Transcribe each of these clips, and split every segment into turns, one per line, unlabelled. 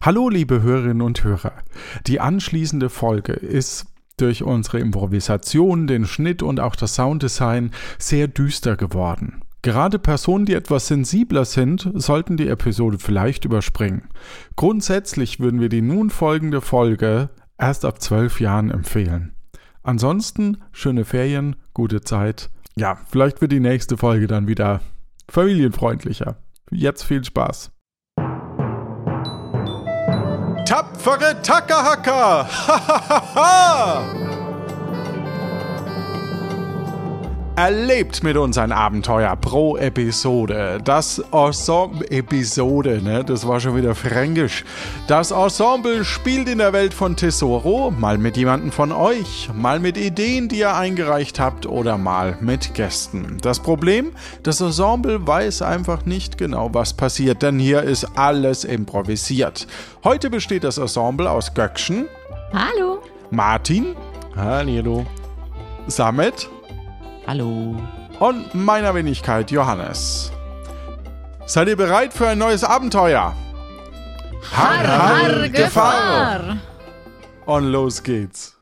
Hallo, liebe Hörerinnen und Hörer. Die anschließende Folge ist durch unsere Improvisation, den Schnitt und auch das Sounddesign sehr düster geworden. Gerade Personen, die etwas sensibler sind, sollten die Episode vielleicht überspringen. Grundsätzlich würden wir die nun folgende Folge erst ab zwölf Jahren empfehlen. Ansonsten schöne Ferien, gute Zeit. Ja, vielleicht wird die nächste Folge dann wieder familienfreundlicher. Jetzt viel Spaß.
Tapfere Tackerhacker! Hahaha!
Erlebt mit uns ein Abenteuer pro Episode. Das Ensemble-Episode, ne? Das war schon wieder fränkisch. Das Ensemble spielt in der Welt von Tesoro, mal mit jemandem von euch, mal mit Ideen, die ihr eingereicht habt oder mal mit Gästen. Das Problem? Das Ensemble weiß einfach nicht genau, was passiert, denn hier ist alles improvisiert. Heute besteht das Ensemble aus Göckchen,
Hallo.
Martin, Hallo, Samet,
Hallo.
und meiner Wenigkeit Johannes. Seid ihr bereit für ein neues Abenteuer? Har, Und los geht's.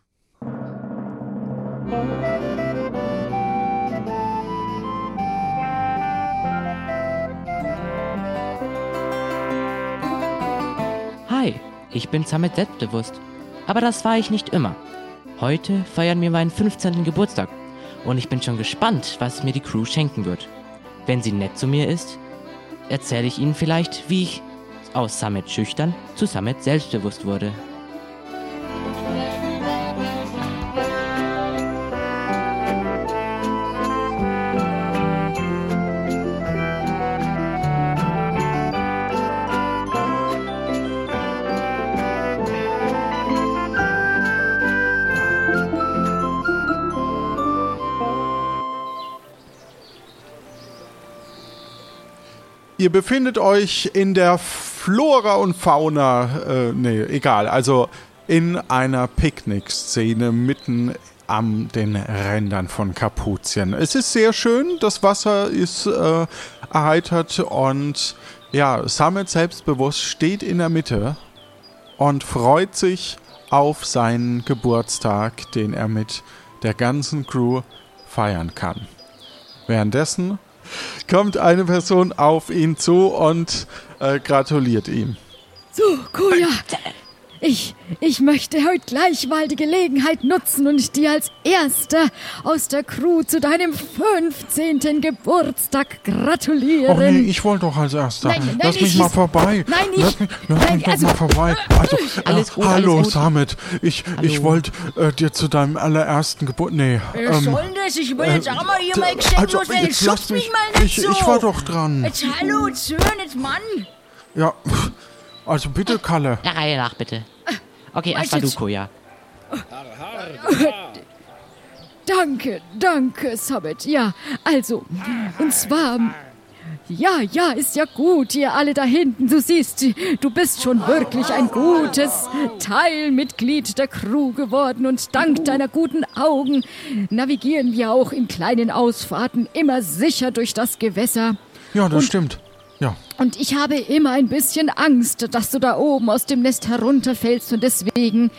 Hi, ich bin Samet selbstbewusst. Aber das war ich nicht immer. Heute feiern wir meinen 15. Geburtstag. Und ich bin schon gespannt, was mir die Crew schenken wird. Wenn sie nett zu mir ist, erzähle ich ihnen vielleicht, wie ich aus Samet schüchtern zu Samet selbstbewusst wurde.
Ihr befindet euch in der Flora und Fauna, äh, nee, egal, also in einer Picknickszene mitten an den Rändern von Kapuzien. Es ist sehr schön, das Wasser ist äh, erheitert und ja, Summit selbstbewusst steht in der Mitte und freut sich auf seinen Geburtstag, den er mit der ganzen Crew feiern kann. Währenddessen kommt eine Person auf ihn zu und äh, gratuliert ihm.
So, Kuya. Ich, ich möchte heute gleich mal die Gelegenheit nutzen und dir als Erster aus der Crew zu deinem 15. Geburtstag gratulieren.
Oh nee, ich wollte doch als Erster.
Nein, nein,
lass mich
ich-
mal vorbei.
Nein, ich-
Lass mich, lass
nein,
mich doch
also-
mal vorbei. Also, äh,
Alles gut, alles
hallo
gut.
Samet, ich, ich
Hallo.
wollte äh, dir zu deinem allerersten Geburtstag... Nee,
Äh,
Äh,
ähm,
Wer soll das? Ich will
äh,
jetzt auch mal hier mal geschenkt
also,
loswerden.
jetzt
Schubst
lass
mich mal nicht
ich,
so.
ich war doch
Äh,
dran.
Jetzt hallo, jetzt hören, jetzt Mann.
Ja, also bitte, Kalle.
Der Reihe nach, bitte. Okay, erstmal du,
jetzt-
Koja.
Danke, danke, Summit. Ja, also, und zwar. Ja, ja, ist ja gut, ihr alle da hinten. Du siehst, du bist schon wirklich ein gutes Teilmitglied der Crew geworden und dank deiner guten Augen navigieren wir auch in kleinen Ausfahrten immer sicher durch das Gewässer.
Ja, das stimmt. Ja.
Und ich habe immer ein bisschen Angst, dass du da oben aus dem Nest herunterfällst und deswegen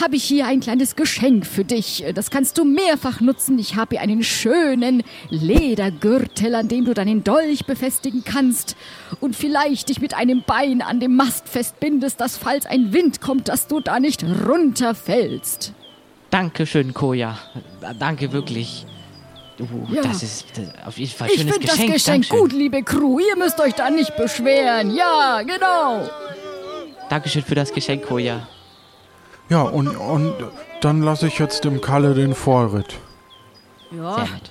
habe ich hier ein kleines Geschenk für dich. Das kannst du mehrfach nutzen. Ich habe hier einen schönen Ledergürtel, an dem du deinen Dolch befestigen kannst und vielleicht dich mit einem Bein an dem Mast festbindest, dass falls ein Wind kommt, dass du da nicht runterfällst.
Dankeschön, Koja. Danke wirklich. Uh,
Ja.
Das ist das, auf jeden Fall
Ich
schönes
finde das
Geschenk.
Geschenk
Dankeschön.
gut, liebe Crew. Ihr müsst euch da nicht beschweren. Ja, genau.
Dankeschön für das Geschenk, Koja.
Ja, und, und dann lasse ich jetzt dem Kalle den Vorritt.
Ja,
Sehr nett.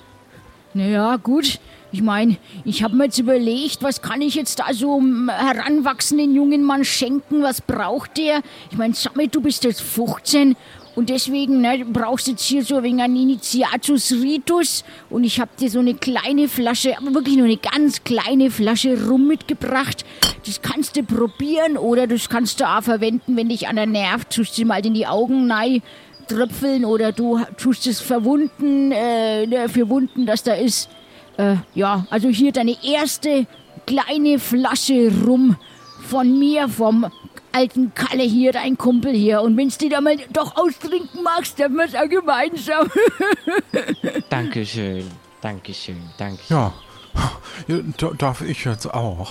naja, gut. Ich meine, ich habe mir jetzt überlegt, was kann ich jetzt da so einem
ähm,
heranwachsenden jungen Mann schenken? Was braucht der? Ich meine, Sammy, du bist jetzt 15 und deswegen ne, du brauchst jetzt hier so wegen einen Initiatus Ritus und ich habe dir so eine kleine Flasche, aber wirklich nur eine ganz kleine Flasche Rum mitgebracht. Das kannst du probieren oder das kannst du auch verwenden, wenn dich einer nervt, tust du ihm halt in die Augen nein tröpfeln oder du tust es verwunden, äh, ne, für Wunden, dass da ist. Äh, ja, also hier deine erste kleine Flasche Rum von mir, vom alten Kalle hier, dein Kumpel hier. Und wenn du da mal doch austrinken magst, dann wir es auch gemeinsam.
Dankeschön, Dankeschön, Dankeschön.
Ja. Da- Darf ich jetzt auch?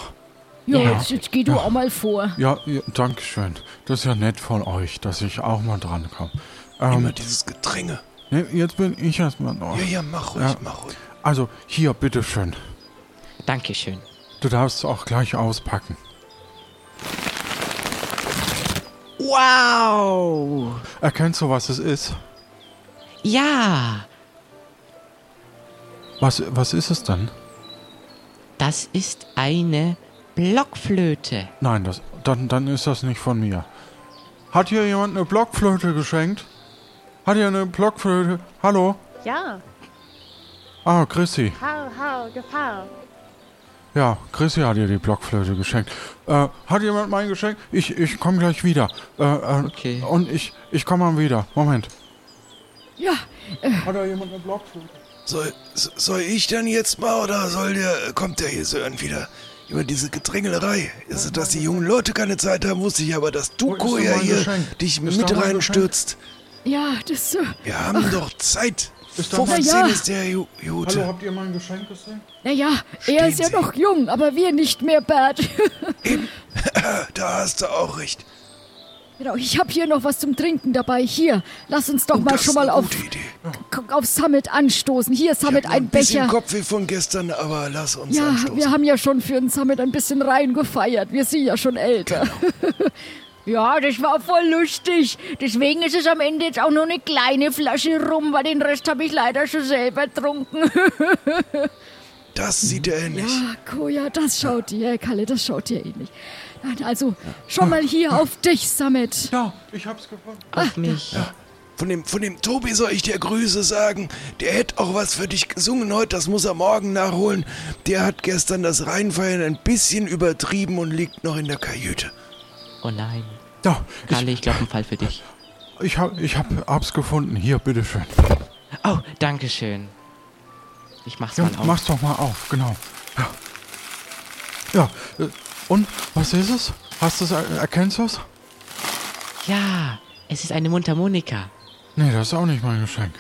Ja,
Ja.
Jetzt, jetzt geh du auch mal vor.
Ja, ja, danke schön. Das ist ja nett von euch, dass ich auch mal dran komme.
Immer
Ähm,
dieses Gedränge.
ne, jetzt bin ich erstmal noch.
Ja, ja, mach ruhig, mach ruhig.
Also, hier, bitteschön.
Dankeschön.
Du darfst auch gleich auspacken.
Wow!
Erkennst du, was es ist?
Ja,
Was, was ist es denn?
das ist eine Blockflöte.
Nein, das, dann, dann ist das nicht von mir. Hat hier jemand eine Blockflöte geschenkt? Hat hier eine Blockflöte? Hallo?
Ja,
Ah, Chrissy.
hau, hau, gepau.
Ja, Chrissy hat dir die Blockflöte geschenkt. Äh, hat jemand mein Geschenk? Ich, ich komme gleich wieder. Äh, äh,
Okay.
Und ich, ich komme mal wieder. Moment.
Ja,
Hat da jemand eine Blockflöte?
Soll, so- soll ich denn jetzt mal oder soll der, kommt der hier so wieder? Über diese Gedrängelerei. Also, dass die jungen Leute keine Zeit haben, wusste ich, aber dass du,
ist
Ko,
denn
ja
mein
hier
Geschenk?
dich
Ist da
mit
mein
reinstürzt.
ja, das so.
Wir haben doch Zeit.
Ist da mein-
15
Ja.
ist der Ju-
Hallo,
Jute.
habt ihr mein Geschenk gesehen?
Naja,
Stehen
er ist ja
Sie.
noch jung, aber wir nicht mehr, Bert.
Da hast du auch recht.
genau, ich habe hier noch was zum Trinken dabei. Hier, lass uns doch mal
das
schon
ist eine
mal auf,
gute Idee.
auf Summit anstoßen. Hier,
Ich hab
Summit,
noch
ein
bisschen
Becher.
Kopfweh von gestern, aber lass uns
Ja,
anstoßen.
wir haben ja schon für den Summit ein bisschen rein gefeiert. Wir sind ja schon älter. Genau.
Ja, das war voll lustig. Deswegen ist es am Ende jetzt auch nur eine kleine Flasche rum, weil den Rest habe ich leider schon selber getrunken.
das sieht er ähnlich.
Ah, Koja, das schaut dir, Kalle, das schaut dir ähnlich. Nein, also, schon mal hier auf dich, Summit.
Ja, ich hab's gefunden.
Auf mich.
Von dem, von dem Tobi soll ich dir Grüße sagen. Der hätte auch was für dich gesungen heute, das muss er morgen nachholen. Der hat gestern das Reinfeiern ein bisschen übertrieben und liegt noch in der Kajüte.
Oh nein.
Ja,
Kalle, ich glaube, ein Fall für dich.
Oh, ich, hab, ich hab, hab's gefunden. Hier, bitteschön.
Oh, Dankeschön. Ich mach's
Ja,
mal auf.
mach's doch mal auf, genau. Ja. Ja, äh, und was ist es? Hast du's, er- erkennst du's?
Ja, es ist eine Mundharmonika.
Nee, das ist auch nicht mein Geschenk.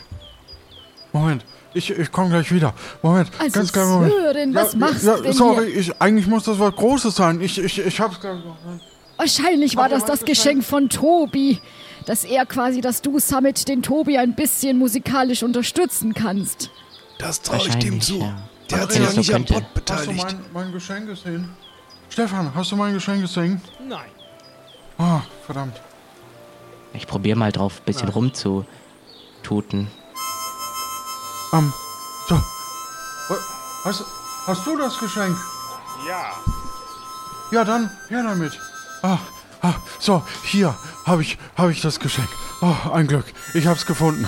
Moment, ich, ich komme gleich wieder. Moment,
Also,
ganz kleinen
genau.
Moment.
Sören, was machst du denn
sorry, ich, eigentlich muss das was Großes sein. Ich, ich, ich hab's gerade.
Wahrscheinlich war
Hat er
das
was
das Geschenk von Tobi. Dass er quasi, dass du Summit den Tobi ein bisschen musikalisch unterstützen kannst.
Das traue ich dem
Wahrscheinlich,
zu.
ja.
Der hat
Wenn
sich
er
ja
so
nicht am
könnte.
Pott
Hast du
beteiligt.
mein, mein Geschenk gesehen? Stefan, hast du mein Geschenk gesehen?
Nein.
Ah, verdammt.
Ich probiere mal drauf, ein bisschen rumzututen.
Ähm, so. Wa- Hast, hast du das Geschenk?
Ja.
Ja, dann her damit. Ah, ah so, hier habe ich, hab ich das Geschenk. Oh, ein Glück. Ich hab's gefunden.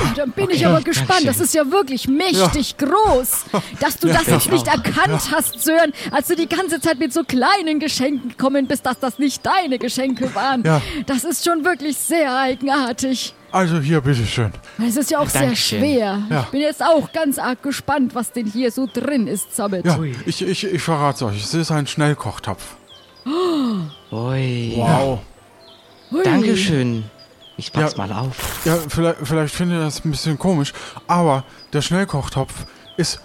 Und dann bin ich
Okay.
aber gespannt.
Dankeschön.
Das ist ja wirklich mächtig groß, dass du das jetzt nicht erkannt hast, Sören, als du die ganze Zeit mit so kleinen Geschenken gekommen bist, dass das nicht deine Geschenke waren.
Ja.
Das ist schon wirklich sehr eigenartig.
Also hier, bitteschön.
Es ist ja auch
Dankeschön.
sehr schwer.
Ja.
Ich bin jetzt auch ganz arg gespannt, was denn hier so drin ist, Summit.
Ja, ich, ich, ich verrate euch. Es ist ein Schnellkochtopf.
Ui.
Wow.
Hui.
Dankeschön. Ich pack's
Ja.
mal auf.
Ja, vielleicht, vielleicht findet ihr das ein bisschen komisch, aber der Schnellkochtopf ist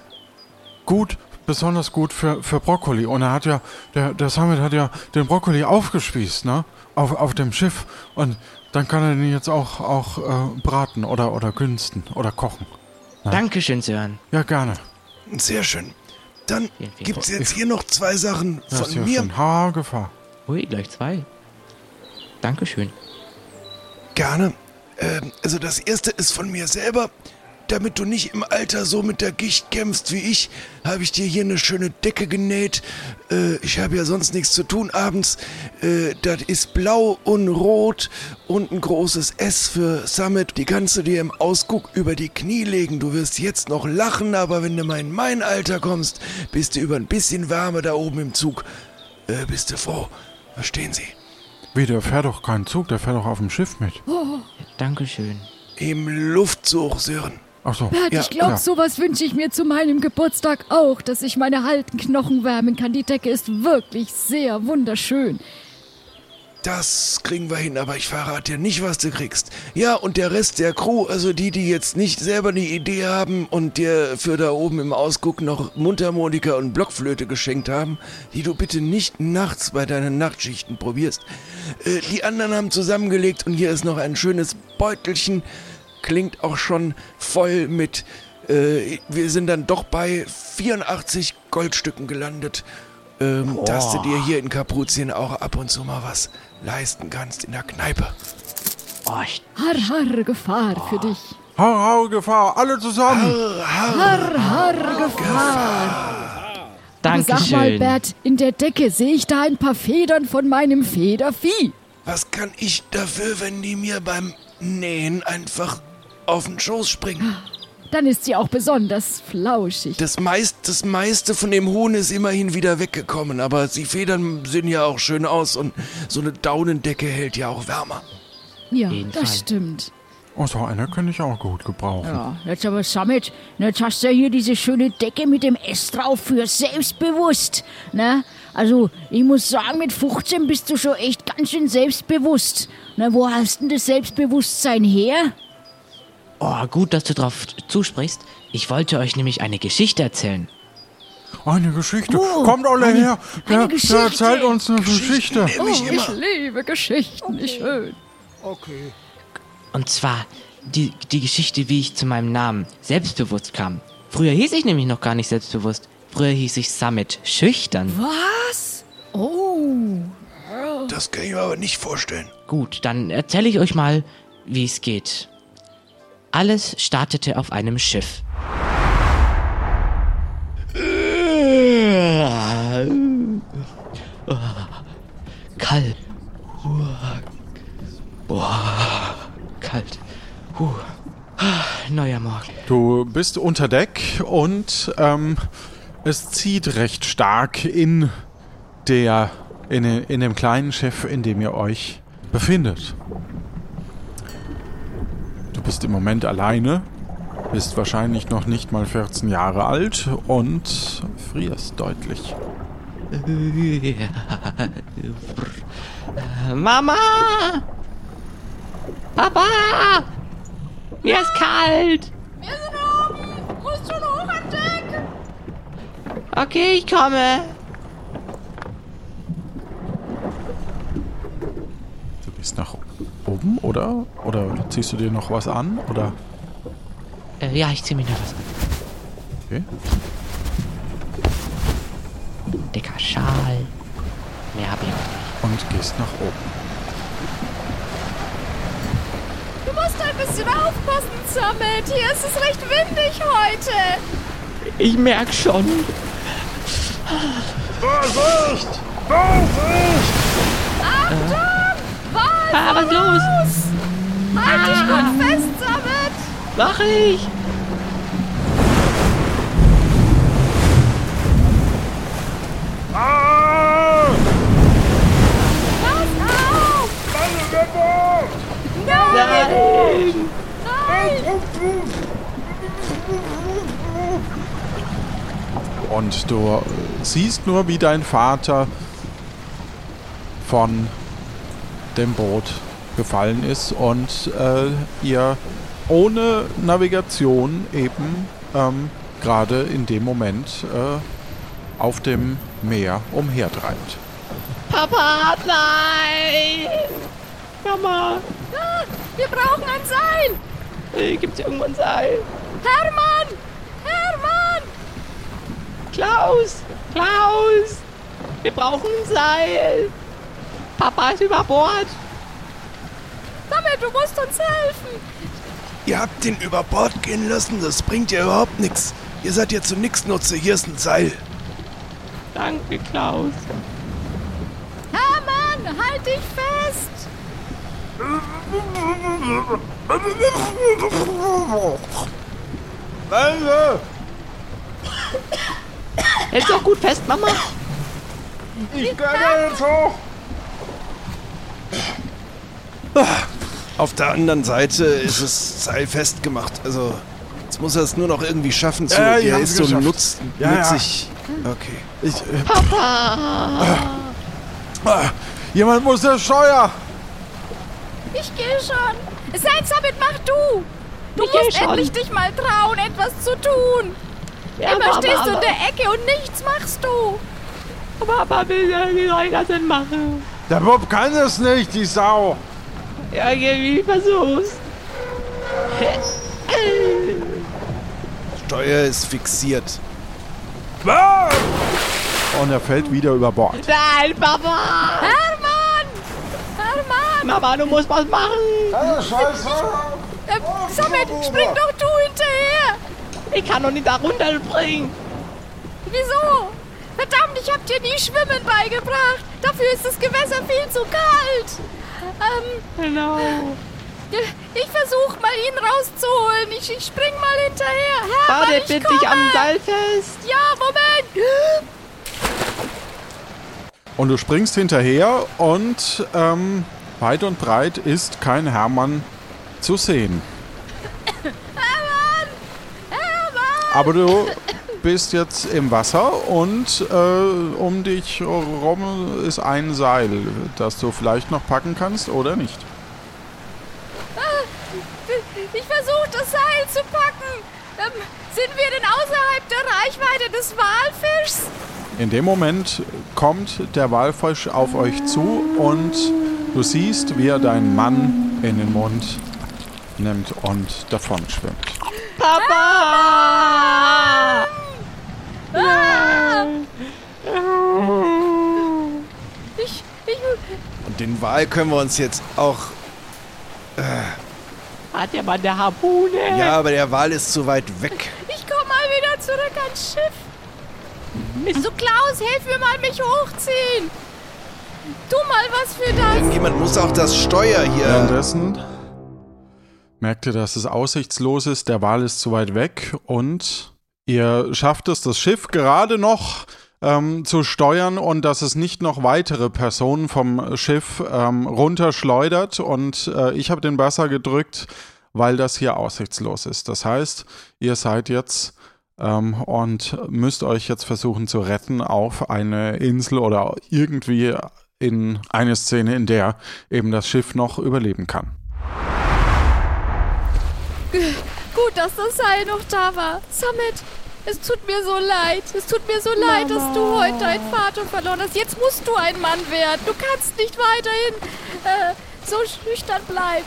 gut, besonders gut für, für Brokkoli. Und er hat ja, der, der Summit hat ja den Brokkoli aufgespießt, ne? Auf, auf dem Schiff. Und dann kann er den jetzt auch, auch äh, braten oder, oder günsten oder kochen.
Dankeschön, Sören.
Ja, gerne.
Sehr schön. Dann
Vielen, vielen
gibt's jetzt hier noch zwei Sachen
Das ist
von
ja
mir.
schön. Ha, Gefahr.
Ui, gleich zwei. Dankeschön.
Gerne. Ähm, also das erste ist von mir selber. Damit du nicht im Alter so mit der Gicht kämpfst wie ich, habe ich dir hier eine schöne Decke genäht. Äh, ich habe ja sonst nichts zu tun abends. Äh, das ist blau und rot und ein großes S für Summit. Die kannst du dir im Ausguck über die Knie legen. Du wirst jetzt noch lachen, aber wenn du mal in mein Alter kommst, bist du über ein bisschen Wärme da oben im Zug. Äh, bist du froh. Verstehen Sie?
Wie, der fährt doch keinen Zug, der fährt doch auf dem Schiff mit.
Dankeschön.
Im Luftzug, Sören.
Ach so.
Bert,
Ja,
ich glaube,
ja.
sowas wünsche ich mir zu meinem Geburtstag auch, dass ich meine alten Knochen wärmen kann. Die Decke ist wirklich sehr wunderschön.
Das kriegen wir hin, aber ich verrate dir nicht, was du kriegst. Ja, und der Rest der Crew, also die, die jetzt nicht selber eine Idee haben und dir für da oben im Ausguck noch Mundharmonika und Blockflöte geschenkt haben, die du bitte nicht nachts bei deinen Nachtschichten probierst. Äh, die anderen haben zusammengelegt und hier ist noch ein schönes Beutelchen. Klingt auch schon voll mit. Äh, wir sind dann doch bei 84 Goldstücken gelandet ähm, dass du dir hier in Kapuzien auch ab und zu mal was leisten kannst in der Kneipe.
Oh, ich,
Har, har, Gefahr für dich.
Hau, hau, Gefahr, alle zusammen.
Har, har, Gefahr. Aber
Dankeschön.
Sag mal, Bert, in der Decke sehe ich da ein paar Federn von meinem Federvieh.
Was kann ich dafür, wenn die mir beim Nähen einfach auf den Schoß springen?
Dann ist sie auch besonders flauschig.
Das, meist, das meiste von dem Huhn ist immerhin wieder weggekommen, aber die Federn sehen ja auch schön aus und so eine Daunendecke hält ja auch wärmer.
ja,
jeden
das
Fall.
stimmt.
Oh, so einer könnte ich auch gut gebrauchen.
Ja, jetzt aber Samet, jetzt hast du hier diese schöne Decke mit dem S drauf für selbstbewusst. Ne? Also, ich muss sagen, mit 15 bist du schon echt ganz schön selbstbewusst. Ne, wo hast denn das Selbstbewusstsein her?
oh, gut, dass du drauf zusprichst. Ich wollte euch nämlich eine Geschichte erzählen.
Eine Geschichte.
Uh,
Oh,
Kommt alle
eine-
her.
eine
Ja,
Geschichte.
ja, erzählt uns eine Geschichte.
Oh,
Nämlich
ich
immer.
liebe Geschichten, wie schön.
Und zwar die, die Geschichte, wie ich zu meinem Namen selbstbewusst kam. Früher hieß ich nämlich noch gar nicht selbstbewusst. Früher hieß ich Summit Schüchtern.
Das kann ich mir aber nicht vorstellen.
Gut, dann erzähle ich euch mal, wie es geht. Alles startete auf einem Schiff. Kalt. Boah, kalt. Huh. Neuer Morgen.
Du bist unter Deck und ähm, es zieht recht stark in der in, den- in dem kleinen Schiff, in dem ihr euch befindet. Du bist im Moment alleine, bist wahrscheinlich noch nicht mal 14 Jahre alt und frierst deutlich.
Mama! Papa! Mir ist kalt! Okay, ich komme.
Du gehst nach oben, oder? Oder ziehst du dir noch was an? Oder?
Äh, ja, ich zieh mich noch was an.
Okay.
Dicker Schal. Mehr hab ich auch nicht.
Und gehst nach oben.
Du musst ein bisschen aufpassen, Summit. Hier ist es recht windig heute.
Ich merk schon.
Was?
Ah, was los? Ah.
Halt dich gut fest, Summit.
Mach ich!
Pass auf! Nein! Nein!
Und du äh, siehst nur, wie dein Vater von dem Boot gefallen ist und äh, ihr ohne Navigation eben ähm, gerade in dem Moment äh, auf dem Meer umhertreibt.
Papa, nein! Mama,
Wir brauchen ein Seil!
äh, gibt's irgendwann Seil?
Hermann! Hermann!
Klaus! Klaus! Wir brauchen ein Seil! Papa ist über Bord!
Summit, du musst uns helfen!
Ihr habt den über Bord gehen lassen, das bringt ja überhaupt nichts. Ihr seid ja zu nix Nutze, hier ist ein Seil.
Danke, Klaus!
Hermann, halt dich fest!
Hältst du auch gut fest, Mama?
Auf der anderen Seite ist das Seil festgemacht. Also, jetzt muss er es nur noch irgendwie schaffen zu.
Ja, ja,
er
wir haben's
ist so
geschafft.
nutz,
Ja, ja.
Hm. nutzig. Okay.
Ich, äh,
Papa!
ah, Jemand muss das Steuer.
Ich gehe schon. Seid damit, mach du. Du musst endlich dich mal trauen, etwas zu tun. Immer stehst du in der Ecke und nichts machst du.
Papa will, wie soll ich das denn machen?
Der Bob kann es nicht, die Sau.
Ja, irgendwie versuch's.
Steuer ist fixiert.
Und er fällt wieder über Bord.
Nein, Papa!
Hermann! Hermann!
Mama, du musst was machen!
Äh, Samet, spring doch du hinterher!
Ich kann doch nicht da runterspringen!
Wieso? Verdammt, ich hab dir nie Schwimmen beigebracht. Dafür ist das Gewässer viel zu kalt. Ähm,
Genau.
ich versuch mal ihn rauszuholen. Ich, ich spring mal hinterher. Hermann,
Warte,
ich
bitte
komme.
dich am Seil fest!
Ja, Moment.
Und du springst hinterher und ähm, weit und breit ist kein Hermann zu sehen. Aber du bist jetzt im Wasser und äh, um dich rum ist ein Seil, das du vielleicht noch packen kannst oder nicht.
Ich versuche das Seil zu packen. Ähm, sind wir denn außerhalb der Reichweite des Walfischs?
In dem Moment kommt der Walfisch auf euch zu und du siehst, wie er deinen Mann in den Mund nimmt und davon schwimmt.
Papa!
Ich, ich,
Und den Wal können wir uns jetzt auch.
Hat der Mann der Harpune?
Ja, aber der Wal ist zu weit weg.
ich komme mal wieder zurück ans Schiff. Also Klaus, hilf mir mal, mich hochziehen. Tu mal was für das.
Irgendjemand muss auch das Steuer hier.
Währenddessen merkt ihr, dass es aussichtslos ist, der Wal ist zu weit weg und ihr schafft es, das Schiff gerade noch ähm, zu steuern und dass es nicht noch weitere Personen vom Schiff ähm, runterschleudert und äh, ich habe den Basser gedrückt, weil das hier aussichtslos ist. Das heißt, ihr seid jetzt ähm, und müsst euch jetzt versuchen zu retten auf eine Insel oder irgendwie in eine Szene, in der eben das Schiff noch überleben kann.
Gut, dass das Seil noch da war. Summit, es tut mir so leid. Es tut mir so leid, dass du heute deinen Vater verloren hast. Jetzt musst du ein Mann werden. Du kannst nicht weiterhin äh, so schüchtern bleiben.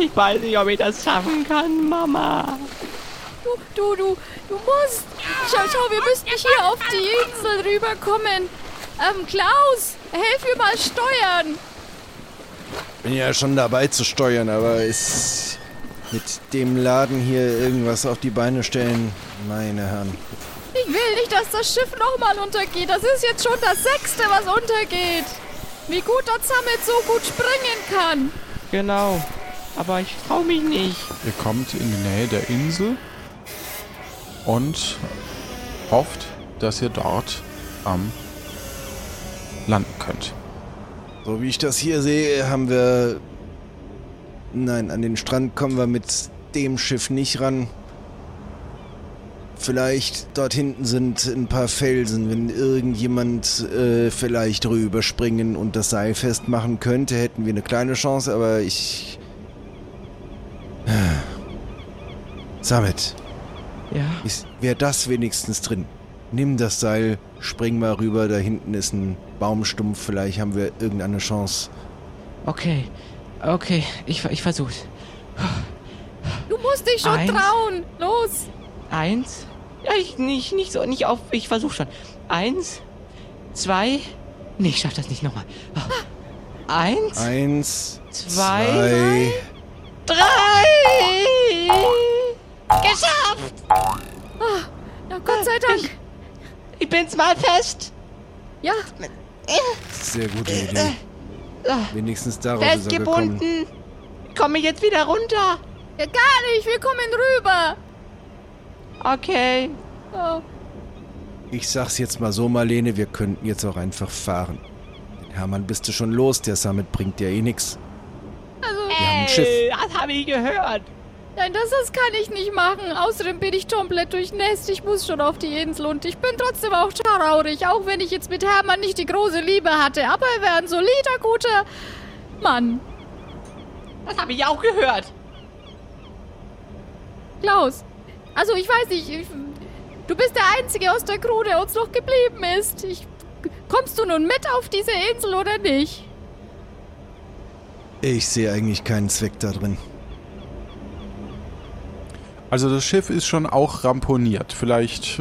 Ich weiß nicht, ob ich das schaffen kann, Mama.
Du, du, du, du musst. Schau, schau, wir müssen hier auf die Insel rüberkommen. Ähm, Klaus, helf mir mal steuern.
Bin ja schon dabei zu steuern, aber ist mit dem Laden hier irgendwas auf die Beine stellen. Meine Herren.
Ich will nicht, dass das Schiff nochmal untergeht. Das ist jetzt schon das sechste, was untergeht. Wie gut, dass Summit so gut springen kann.
Genau. Aber ich trau mich nicht.
Ihr kommt in die Nähe der Insel und hofft, dass ihr dort am landen könnt.
So wie ich das hier sehe, haben wir. Nein, an den Strand kommen wir mit dem Schiff nicht ran. Vielleicht dort hinten sind ein paar Felsen. Wenn irgendjemand äh, vielleicht rüberspringen und das Seil festmachen könnte, hätten wir eine kleine Chance, aber ich. äh, Samet,
Ja.
wäre das wenigstens drin. Nimm das Seil, spring mal rüber. Da hinten ist ein Baumstumpf. Vielleicht haben wir irgendeine Chance.
Okay, okay, ich, ich versuch's.
Du musst dich schon
Eins.
trauen. Los.
Eins. Ja, ich nicht, nicht so, nicht auf. Ich versuch schon. Eins, zwei. Nee, ich schaff das nicht nochmal. Eins,
Eins,
Zwei.
zwei.
drei. Geschafft!
Na, Gott sei Dank.
Ich bin's mal fest.
Ja,
Sehr gute Idee. Wenigstens darauf ist er gekommen.
Festgebunden. Komme ich jetzt wieder runter?
ja gar nicht. Wir kommen rüber.
Okay.
Oh.
Ich sag's jetzt mal so, Marlene, wir könnten jetzt auch einfach fahren. Den Hermann bist du schon los, der Summit bringt ja eh nix.
Also,
äh.
Wir haben ein Schiff.
Das habe ich gehört.
Nein, das, das kann ich nicht machen. Außerdem bin ich komplett durchnässt. Ich muss schon auf die Insel und ich bin trotzdem auch traurig, auch wenn ich jetzt mit Hermann nicht die große Liebe hatte. Aber er wäre ein solider, guter Mann.
Das habe ich auch gehört.
Klaus, also ich weiß nicht, ich, du bist der Einzige aus der Crew, der uns noch geblieben ist. Ich, kommst du nun mit auf diese Insel oder nicht?
Ich sehe eigentlich keinen Zweck da drin.
Also das Schiff ist schon auch ramponiert. Vielleicht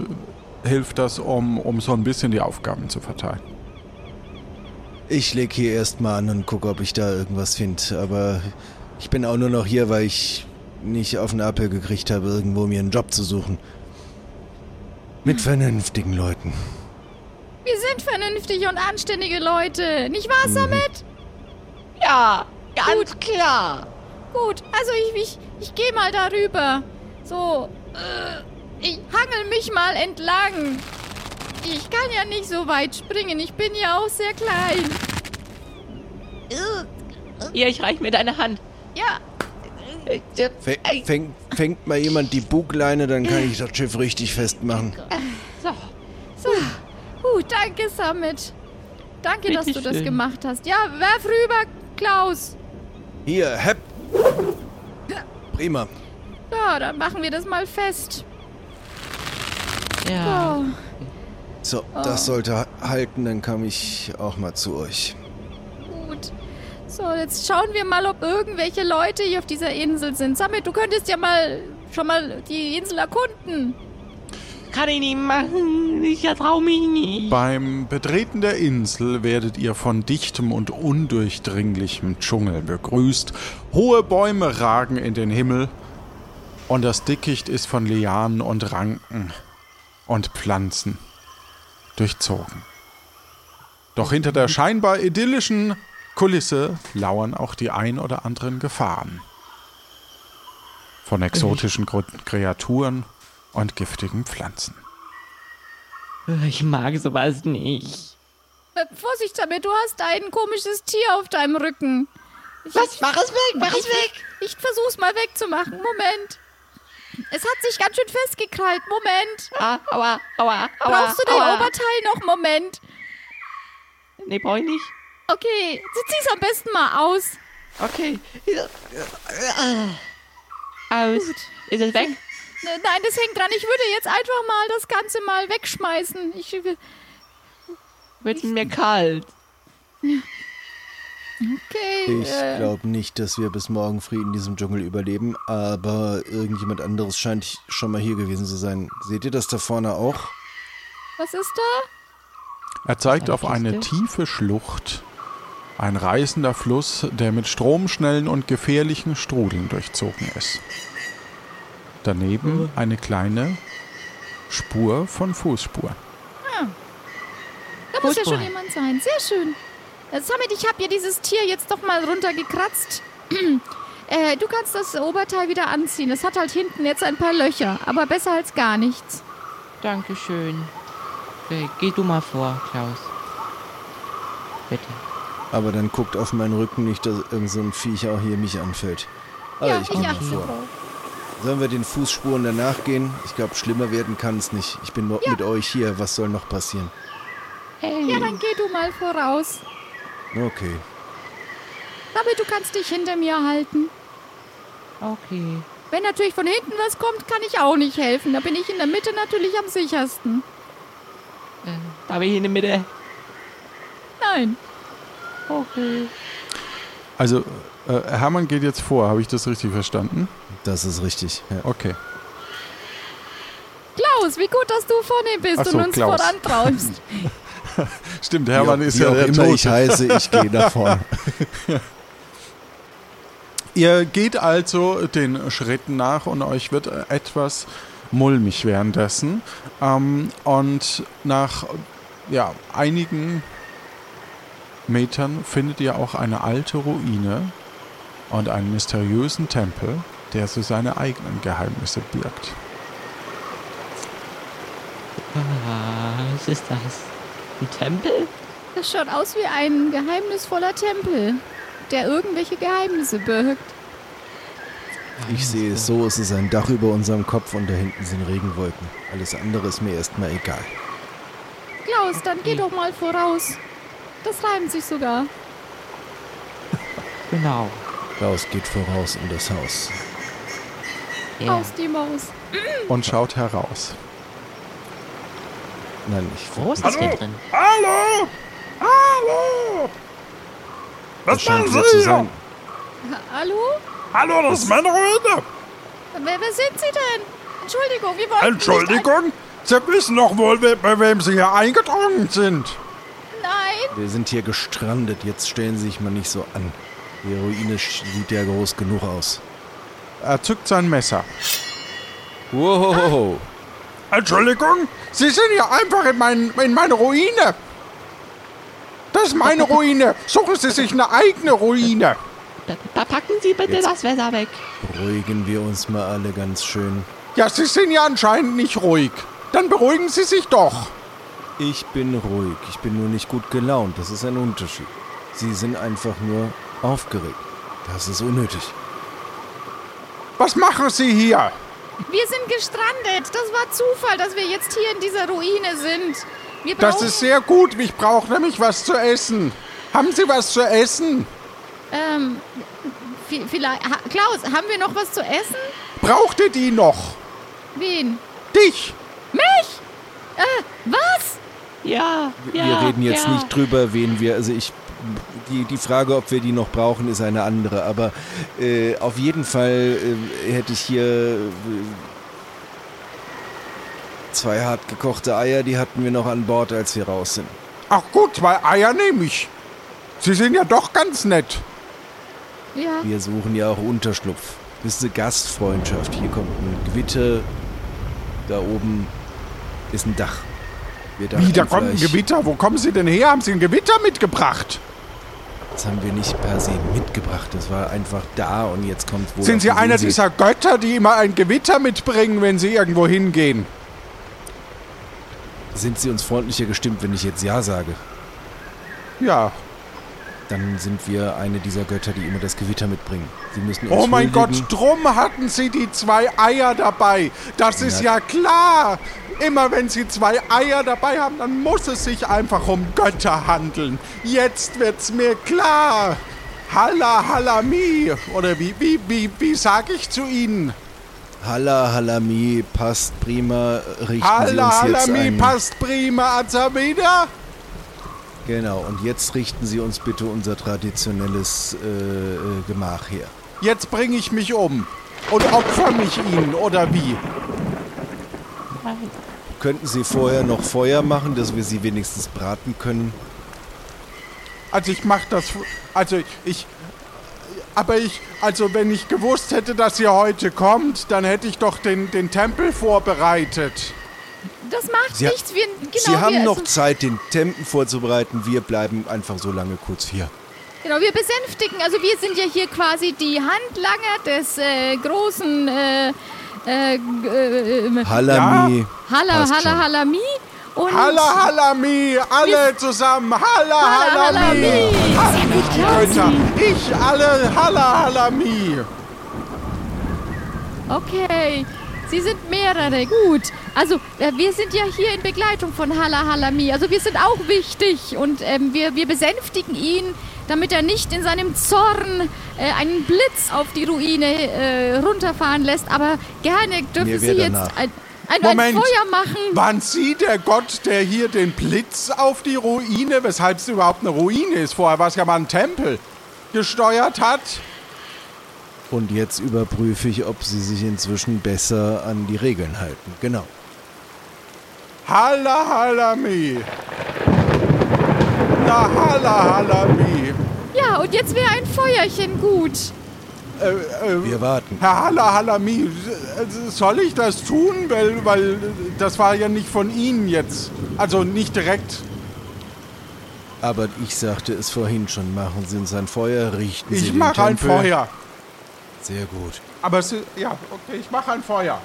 hilft das, um, um so ein bisschen die Aufgaben zu verteilen.
Ich leg hier erstmal an und gucke, ob ich da irgendwas finde. Aber ich bin auch nur noch hier, weil ich nicht auf den Appel gekriegt habe, irgendwo mir einen Job zu suchen. Mit vernünftigen Leuten.
Wir sind vernünftige und anständige Leute. Nicht wahr, Samet?
Mhm. Ja, ganz klar.
Gut, also ich, ich, ich gehe mal darüber. So, äh, ich hangel mich mal entlang. Ich kann ja nicht so weit springen. Ich bin ja auch sehr klein.
Hier, ich reich mir deine Hand.
Ja,
Fäng, fängt- fängt mal jemand die Bugleine, dann kann ich das Schiff richtig festmachen.
so. Uh, danke, Samet. Danke, dass du
Bitteschön.
das gemacht hast. Ja, werf rüber, Klaus.
Hier, hepp. Prima.
Ja, dann machen wir das mal fest.
Ja.
Oh.
So, das sollte ha- halten, dann komme ich auch mal zu euch.
Gut. So, jetzt schauen wir mal, ob irgendwelche Leute hier auf dieser Insel sind. Samet, du könntest ja mal schon mal die Insel erkunden.
Kann ich nicht machen. Ich vertraue mich nicht.
Beim Betreten der Insel werdet ihr von dichtem und undurchdringlichem Dschungel begrüßt. Hohe Bäume ragen in den Himmel und das Dickicht ist von Lianen und Ranken und Pflanzen durchzogen. Doch hinter der scheinbar idyllischen Kulisse lauern auch die ein oder anderen Gefahren. Von exotischen Grund- Kreaturen und giftigen Pflanzen.
Ich mag sowas nicht.
Äh, Vorsicht, Samet, du hast ein komisches Tier auf deinem Rücken.
Was? Mach es weg, mach es weg.
Ich versuch's mal wegzumachen. Moment. Es hat sich ganz schön festgekrallt. Moment.
Ah, aua, aua, aua.
Brauchst du dein
aua.
Oberteil noch? Moment.
Nee, brauch ich nicht.
Okay, so zieh's am besten mal aus.
Okay. Aus. Ist es weg?
Äh, Nein, das hängt dran. Ich würde jetzt einfach mal das Ganze mal wegschmeißen. Ich,
Wird's mir kalt?
okay.
Ich
äh,
glaube nicht, dass wir bis morgen früh in diesem Dschungel überleben, aber irgendjemand anderes scheint schon mal hier gewesen zu sein. Seht ihr das da vorne auch?
was ist da?
Er zeigt
Eine
auf eine
Kiste.
tiefe Schlucht. Ein reißender Fluss, der mit Stromschnellen und gefährlichen Strudeln durchzogen ist. Daneben eine kleine Spur von Fußspuren.
Da muss ja schon
Fußball.
jemand sein. Sehr schön. Äh, Samet, ich habe ja dieses Tier jetzt doch mal runtergekratzt. äh, du kannst das Oberteil wieder anziehen. Es hat halt hinten jetzt ein paar Löcher, aber besser als gar nichts.
Dankeschön. Okay, geh du mal vor, Klaus. Bitte.
Aber dann guckt auf meinen Rücken nicht, dass irgend so ein Viech auch hier mich anfällt. Aber
ja,
ich komme
achte
vor.
drauf.
Sollen wir den Fußspuren danach gehen? Ich glaube, schlimmer werden kann es nicht. Ich bin mo- mit euch hier. Was soll noch passieren?
Ja, dann geh du mal voraus.
Okay.
Damit du kannst dich hinter mir halten.
Okay.
Wenn natürlich von hinten was kommt, kann ich auch nicht helfen. Da bin ich in der Mitte natürlich am sichersten.
Da bin ich in der Mitte.
Nein.
Okay.
Also, äh, Hermann geht jetzt vor, habe ich das richtig verstanden?
Das ist richtig. Ja.
Okay.
Klaus, wie gut, dass du vorne
Ach
bist
so,
und uns
Klaus.
vorantreibst.
Stimmt, Hermann
Wie auch-
ist
wie
ja
auch
der
immer
Tote.
ich heiße, ich gehe nach vorne.
Ihr geht also den Schritten nach und euch wird etwas mulmig währenddessen. Ähm, und nach ja, einigen Metern findet ihr auch eine alte Ruine und einen mysteriösen Tempel, der so seine eigenen Geheimnisse birgt.
Was ist das? Ein Tempel?
Das schaut aus wie ein geheimnisvoller Tempel, der irgendwelche Geheimnisse birgt.
Ich sehe es so, es ist ein Dach über unserem Kopf und da hinten sind Regenwolken. Alles andere ist mir erstmal egal.
Klaus, dann geh doch mal voraus. Das reimt sich sogar.
Genau.
Klaus geht voraus in das Haus.
Ja.
Aus die Maus.
und schaut heraus.
Nein, ich
Wo ist das hier drin?
Hallo? Hallo?
Das
Was machen
scheint
Sie
hier zu
hier?
sein.
Ha- Hallo?
Hallo, das ist meine Ruine.
Wer, wer sind Sie denn? Entschuldigung, wir wollten Nicht
Entschuldigung, Sie wissen doch wohl, we- bei wem Sie hier eingedrungen sind.
ein Nein,
Wir sind hier gestrandet. Jetzt stellen Sie sich mal nicht so an. Die Ruine sch- sieht ja groß genug aus.
Er zückt sein Messer.
Wow.
Entschuldigung,
Sie sind ja einfach in, mein, in meine Ruine. Das ist meine Ruine. Suchen Sie sich eine eigene Ruine.
Da, da packen Sie bitte
Jetzt.
das Messer weg.
Beruhigen wir uns mal alle ganz schön.
Ja, Sie sind ja anscheinend nicht ruhig. Dann beruhigen Sie sich doch.
Ich bin ruhig. Ich bin nur nicht gut gelaunt. Das ist ein Unterschied. Sie sind einfach nur aufgeregt. Das ist unnötig.
Was machen Sie hier?
wir sind gestrandet. Das war Zufall, dass wir jetzt hier in dieser Ruine sind. Wir
Das
brauchen-
ist sehr gut. Ich brauche nämlich was zu essen. Haben Sie was zu essen?
Ähm, vi- vielleicht. Ha, Klaus, haben wir noch was zu essen?
Braucht ihr die noch?
Wen?
Dich?
Mich? Äh, was?
Ja, ja.
wir reden jetzt
ja.
nicht drüber, wen wir. Also ich. Die, die Frage, ob wir die noch brauchen, ist eine andere. Aber äh, auf jeden Fall äh, hätte ich hier äh, zwei hart gekochte Eier, die hatten wir noch an Bord, als wir raus sind.
Ach gut, zwei Eier nehme ich. Sie sind ja doch ganz nett.
Ja.
Wir suchen ja auch Unterschlupf. Das ist eine Gastfreundschaft. Hier kommt ein Gewitter. Da oben ist ein Dach. Wir dachten
Wie, da kommt ein
vielleicht-
Gewitter. Wo kommen Sie denn her? Haben Sie ein Gewitter mitgebracht?
Das haben wir nicht per se mitgebracht. Das war einfach da und jetzt kommt wohl.
Sind
auf
Sie
die
einer
Insel.
dieser Götter, die immer ein Gewitter mitbringen, wenn sie irgendwo hingehen?
Sind Sie uns freundlicher gestimmt, wenn ich jetzt Ja sage?
Ja.
Dann sind wir eine dieser Götter, die immer das Gewitter mitbringen. Sie müssen uns
Oh mein
huldigen.
Gott, drum hatten Sie die zwei Eier dabei. Das ist
Ja.
ja klar. Immer wenn Sie zwei Eier dabei haben, dann muss es sich einfach um Götter handeln. Jetzt wird's mir klar. Halla, halami. Oder wie, wie, wie, wie sag ich zu Ihnen?
Halla Halami passt prima. Richten
Halla,
Sie uns jetzt
halami,
ein.
passt prima, also Azamida.
Genau. Und jetzt richten Sie uns bitte unser traditionelles äh, äh, Gemach her.
Jetzt bringe ich mich um. Und opfer mich Ihnen, oder wie?
Könnten Sie vorher noch Feuer machen, dass wir Sie wenigstens braten können?
Also ich mach das. Also ich. Aber ich. Also wenn ich gewusst hätte, dass ihr heute kommt, dann hätte ich doch den, den Tempel vorbereitet.
Das macht
Sie ha-
nichts. Wir, genau,
Sie haben
wir,
noch Zeit, den Tempel vorzubereiten. Wir bleiben einfach so lange kurz hier.
Genau, wir besänftigen. Also wir sind ja hier quasi die Handlanger des äh, großen äh, äh, g- äh,
Halami.
Halla,
passt
Halla,
schon.
Halami. Und
Halla Halami, alle zusammen. Halla
Halla,
Halami.
Halami.
Götter, ich alle Halla Halami.
Okay, Sie sind mehrere. Gut. Also äh, wir sind ja hier in Begleitung von Halla Halami. Also wir sind auch wichtig und ähm, wir, wir besänftigen ihn, damit er nicht in seinem Zorn äh, einen Blitz auf die Ruine äh, runterfahren lässt. Aber gerne dürfen
Mir
Sie
wär
jetzt
danach.
ein, ein, ein
Moment.
Feuer machen.
Waren Sie der Gott, der hier den Blitz auf die Ruine, weshalb es überhaupt eine Ruine ist? Vorher war es ja mal ein Tempel, gesteuert hat?
Und jetzt überprüfe ich, ob Sie sich inzwischen besser an die Regeln halten. Genau.
Halla Halami. Na Halla Halami.
Ja, und jetzt wäre ein Feuerchen gut.
Wir warten.
Herr Halla Halami, äh, soll ich das tun? Weil, weil äh, das war ja nicht von Ihnen jetzt. Also nicht direkt.
Aber ich sagte es vorhin schon. Machen Sie uns ein Feuer, richten Sie
Ich
den
mache ein
Tempel.
Feuer.
Sehr gut.
Aber es, ja, okay, ich mache ein Feuer.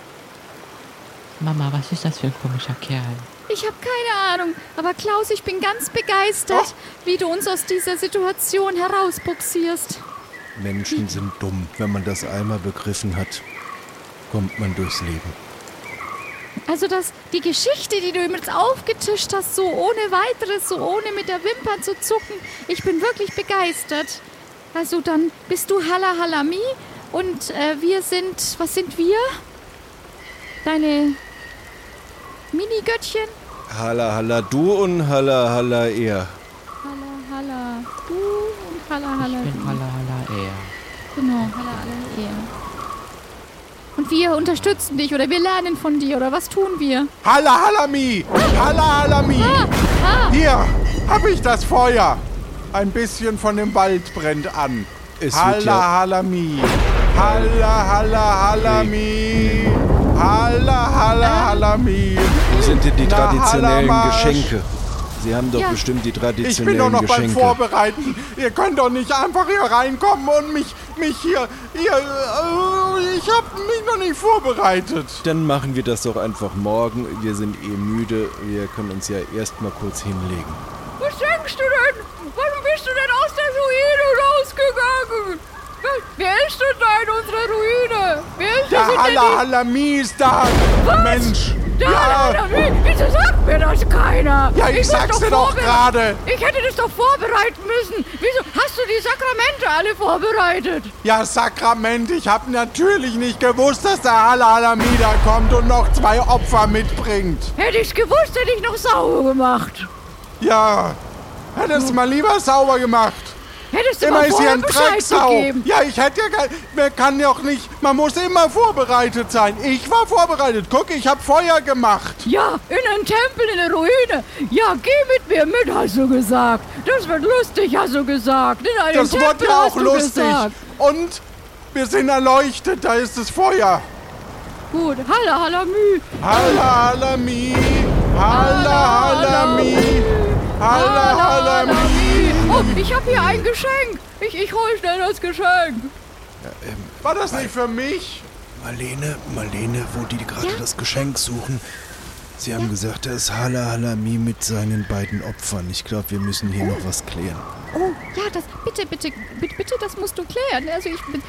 Mama, was ist das für ein komischer Kerl?
Ich habe keine Ahnung, aber Klaus,
Oh.
ich bin ganz begeistert, wie du uns aus dieser Situation herausbuxierst.
Menschen sind dumm. Wenn man das einmal begriffen hat, kommt man durchs Leben.
Also das, die Geschichte, die du ihm jetzt aufgetischt hast, so ohne weiteres, so ohne mit der Wimpern zu zucken, ich bin wirklich begeistert. Also dann bist du Halla Halami und äh, wir sind, was sind wir? Deine Mini-Göttchen?
Halla, halla, du und halla, halla, er.
Halla Halla, du und Halla Halla.
Ich bin
du.
Halla Halla eher.
Genau, Halla Halla, er. Und wir unterstützen dich oder wir lernen von dir oder was tun wir?
Halla Halami! Halla Halami!
Ah,
Hier hab ich das Feuer. Ein bisschen von dem Wald brennt an.
Es wird ja-
Halla Halami! Halla Halla Halami! Halla
Ah.
Halla Halami!
Sind denn die
Na,
traditionellen
halla, Marsch.
Geschenke? Sie haben doch
Ja.
bestimmt die traditionellen
Ich bin doch noch beim
Geschenke.
Vorbereiten. Ihr könnt doch nicht einfach hier reinkommen und mich, mich hier, ihr, äh, ich hab mich noch nicht vorbereitet.
Dann machen wir das doch einfach morgen. Wir sind eh müde. Wir können uns ja erstmal kurz hinlegen.
Was denkst du denn? Warum bist du denn aus der Ruine rausgegangen? Wer- Wer ist denn da in unserer Ruine? Wer ist
Der
das denn
Halla Halami ist da. Mensch.
da?
Ja,
Alter, wie- Wieso sagt mir das keiner?
ja, ich
muss
sag's dir doch
vorbe-
gerade.
Ich hätte das doch vorbereiten müssen. Wieso hast du die Sakramente alle vorbereitet?
Ja, Sakrament, ich hab natürlich nicht gewusst, dass der Halla Halami da kommt und noch zwei Opfer mitbringt.
Hätte ich's gewusst, hätte ich noch sauber gemacht.
Ja, hättest du mal lieber sauber gemacht.
Hättest du
Immer
mal
ist hier
vorher
ein
Bescheid
Drecksau.
gegeben.
Ja, ich hätte ja gar. Wer kann ja auch nicht. Man muss immer vorbereitet sein. Ich war vorbereitet. Guck, ich habe Feuer gemacht.
Ja, in einen Tempel, in eine Ruine. Ja, geh mit mir mit, hast du gesagt. Das wird lustig, hast du gesagt. In einen
Das
Tempel
wurde ja
hast
auch
du
lustig.
Gesagt.
Und wir sind erleuchtet. Da ist das Feuer.
Gut, halla, halla, mü.
Halla, halami. Halla, halami. Halla, halami.
Oh, ich hab hier ein Geschenk. Ich, ich hol schnell das Geschenk.
War das nicht für mich?
Marlene, Marlene, wo die gerade das Geschenk suchen. Sie haben gesagt, da ist Hala Halami mit seinen beiden Opfern. Ich glaube, wir müssen hier noch was klären.
Oh, ja, das, bitte, bitte, bitte, bitte, das musst du klären. Also ich, bin-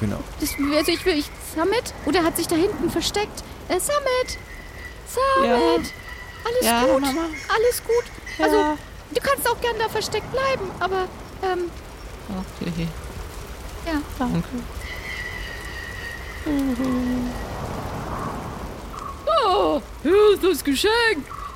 Genau.
das, also ich will, ich, Summit? Oder hat sich da hinten versteckt? Äh, Summit! Summit! Alles
Ja,
gut,
Mama.
alles gut. Also,
Ja.
du kannst auch gern da versteckt bleiben, aber, ähm,
Okay.
ja.
Danke.
Oh, Mhm. hier ist das Geschenk.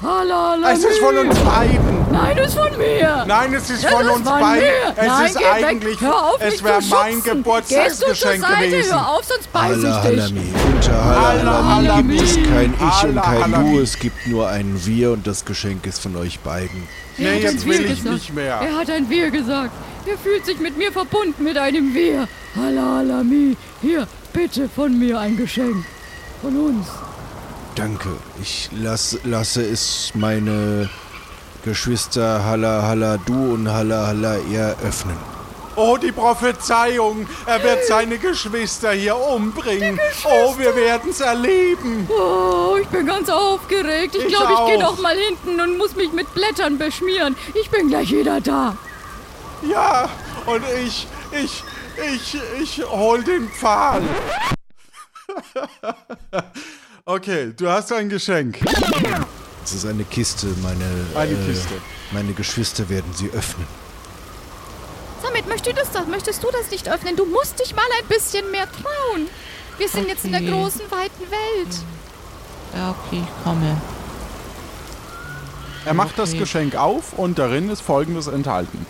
Halla, halla,
Es ist von
mü.
uns beiden.
Nein, das ist von mir.
Nein, es ist
Das
von
ist
uns
von
beiden.
mir.
Es
Nein,
ist
geh weg.
eigentlich,
Hör auf, mich
es
zu
wäre mein
schubsen. Gehst du
Geburtstagsgeschenk
zur Seite,
gewesen.
Hör auf, sonst beiß
Hala
ich dich.
Halami. Unter Hala
Halla
Halami gibt es
Halami.
kein Ich und
Halla
kein
Halami.
Du. Es gibt nur einen Wir und das Geschenk ist von euch beiden.
Er
Nee,
hat
jetzt
ein Wir
will ich
gesagt.
nicht mehr.
Er hat ein Wir gesagt. Er fühlt sich mit mir verbunden, mit einem Wir. Halla, Alami. Hier, bitte von mir ein Geschenk. Von uns.
Danke. Ich lass, lasse es meine Geschwister Halla Halla Du und Halla Halla Er öffnen.
Oh, die Prophezeiung. Er wird seine Geschwister hier umbringen. Oh, wir werden's erleben.
Oh, ich bin ganz aufgeregt. Ich
Ich
glaube, ich gehe
auch.
noch mal hinten und muss mich mit Blättern beschmieren. Ich bin gleich wieder da.
Ja, und ich, ich, ich, ich hol den Pfahl. okay, du hast ein Geschenk.
Es ist eine Kiste, meine. äh,
Eine Kiste.
Meine Geschwister werden sie öffnen.
Summit, möchtest du, das, doch- möchtest du das nicht öffnen? Du musst dich mal ein bisschen mehr trauen. Wir sind jetzt in der
Okay.
großen, weiten Welt.
Ja, okay, ich komme.
Er macht das
Okay.
Geschenk auf und darin ist Folgendes enthalten.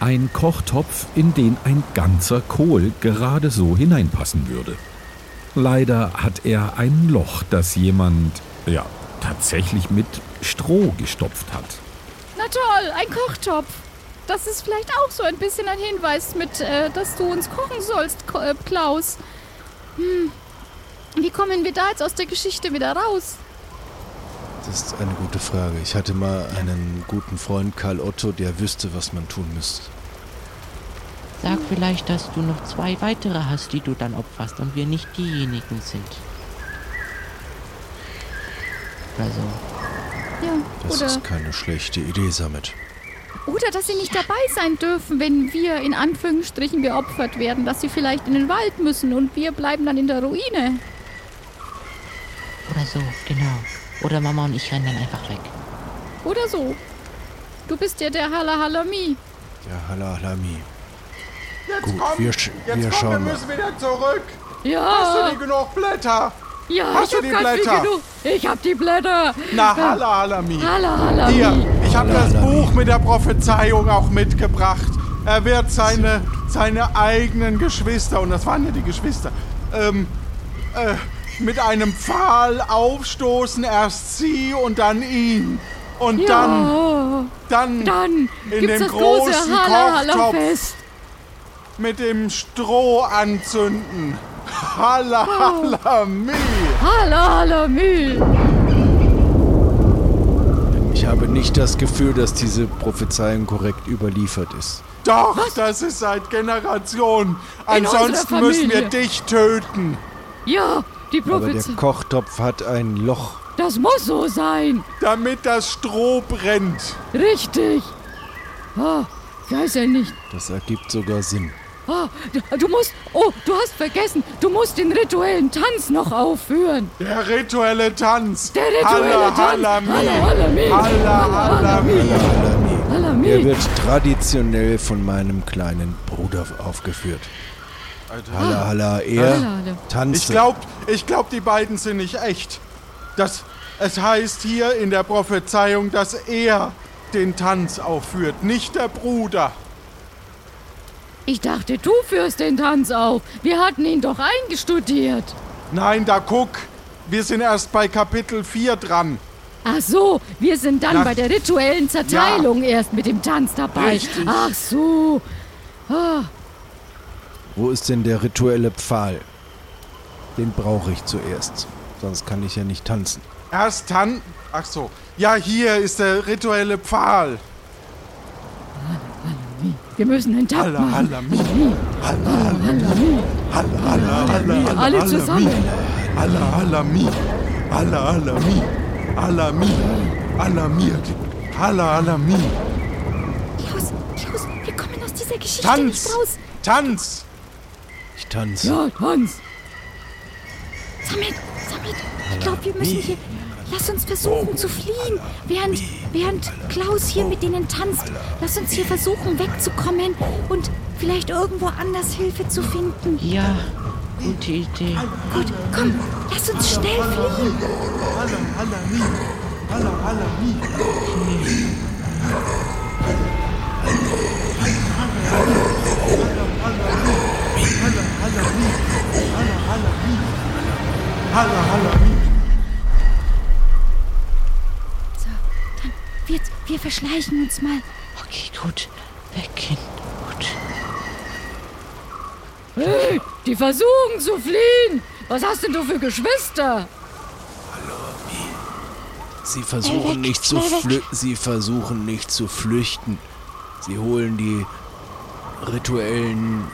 Ein Kochtopf, in den ein ganzer Kohl gerade so hineinpassen würde. Leider hat er ein Loch, das jemand, ja, tatsächlich mit Stroh gestopft hat.
Na toll, ein Kochtopf. Das ist vielleicht auch so ein bisschen ein Hinweis mit, äh, dass du uns kochen sollst, Ko äh, Klaus. Hm. Wie kommen wir da jetzt aus der Geschichte wieder raus?
Das ist eine gute Frage. Ich hatte mal einen guten Freund, Karl Otto, der wüsste, was man tun müsste.
Sag vielleicht, dass du noch zwei weitere hast, die du dann opferst und wir nicht diejenigen sind. Also,
Ja,
Das
oder
ist keine schlechte Idee, Samet.
Oder dass sie nicht dabei sein dürfen, wenn wir in Anführungsstrichen geopfert werden, dass sie vielleicht in den Wald müssen und wir bleiben dann in der Ruine.
Oder so, genau. Oder Mama und ich rennen dann einfach weg.
Oder so. Du bist ja der Halahalami.
Ja, Halalami.
Jetzt
Gut,
komm,
wir
jetzt
sch-
komm,
wir
wir,
schauen mal.
müssen wieder zurück. Hast du
Ja,
nicht genug Blätter?
ja,
Hast
ich
du
hab
die
ganz viel
Blätter?
genug. Ich hab die Blätter.
Na,
Hm.
Halalami.
Halahalami.
Hier, ich habe das Buch mit der Prophezeiung auch mitgebracht. Er wird seine, seine eigenen Geschwister, und das waren ja die Geschwister, ähm, äh, mit einem Pfahl aufstoßen, erst sie und dann ihn. Und dann,
Ja,
dann,
dann
in
gibt's
dem
das große
großen Kochtopf
Halahala-Fest.
mit dem Stroh anzünden. Halalami.
Halahalami.
Ich habe nicht das Gefühl, dass diese Prophezeiung korrekt überliefert ist.
Doch, das ist seit Generationen.
unserer
Ansonsten müssen wir
Familie.
dich töten.
Ja, die
Aber der
Prophezei.
Kochtopf hat ein Loch.
Das muss so sein.
damit das Stroh brennt.
Richtig. Ah, ich weiß ja nicht.
Das ergibt sogar Sinn.
Ah, du- du musst. Oh, du hast vergessen. Du musst den rituellen Tanz noch aufführen.
Der rituelle Tanz.
Der rituelle
Halla,
Tanz.
Hallami.
Halahalami.
Halla, Hallami.
Er
Halahalami.
wird traditionell von meinem kleinen Bruder aufgeführt. Halla, halla, er
Halahalami.
tanzt.
Ich glaube, ich glaub, die beiden sind nicht echt. Das, es heißt hier in der Prophezeiung, dass er den Tanz aufführt, nicht der Bruder.
Ich dachte, du führst den Tanz auf. Wir hatten ihn doch eingestudiert.
Nein, da guck, wir sind erst bei Kapitel 4 dran.
Ach so, wir sind dann
Na-
bei der rituellen Zerteilung erst mit dem Tanz dabei.
Richtig.
Ach so.
Wo ist denn der rituelle Pfahl? Den brauche ich zuerst. Sonst kann ich ja nicht tanzen.
Erst Tan... Ach so. Ja, hier ist der rituelle Pfahl.
Wir müssen den Takt
Halla,
machen.
Hallami. Halla, Halla, Halla,
Alle
Halla, Hallami.
zusammen.
Alla Alami. Alla Alami. Alami. Alamiert. Alla Alami.
Klaus, Klaus, wir kommen aus dieser Geschichte
Tanz!
nicht raus.
Tanz!
Ich tanze.
Ja, Tanz. Samit, Samit, ich glaube, wir müssen hier... Lass uns versuchen zu fliehen, während, während Klaus hier mit denen tanzt. Lass uns hier versuchen wegzukommen und vielleicht irgendwo anders Hilfe zu finden.
Ja, gute Idee.
Gut, komm, lass uns schnell fliehen.
Alla Alami.
Wir, wir verschleichen uns mal.
Okay, gut. Weggehen. Gut.
Hey, die versuchen zu fliehen. Was hast denn du für Geschwister?
Sie versuchen nicht zu flü sie versuchen nicht zu flüchten. Sie holen die rituellen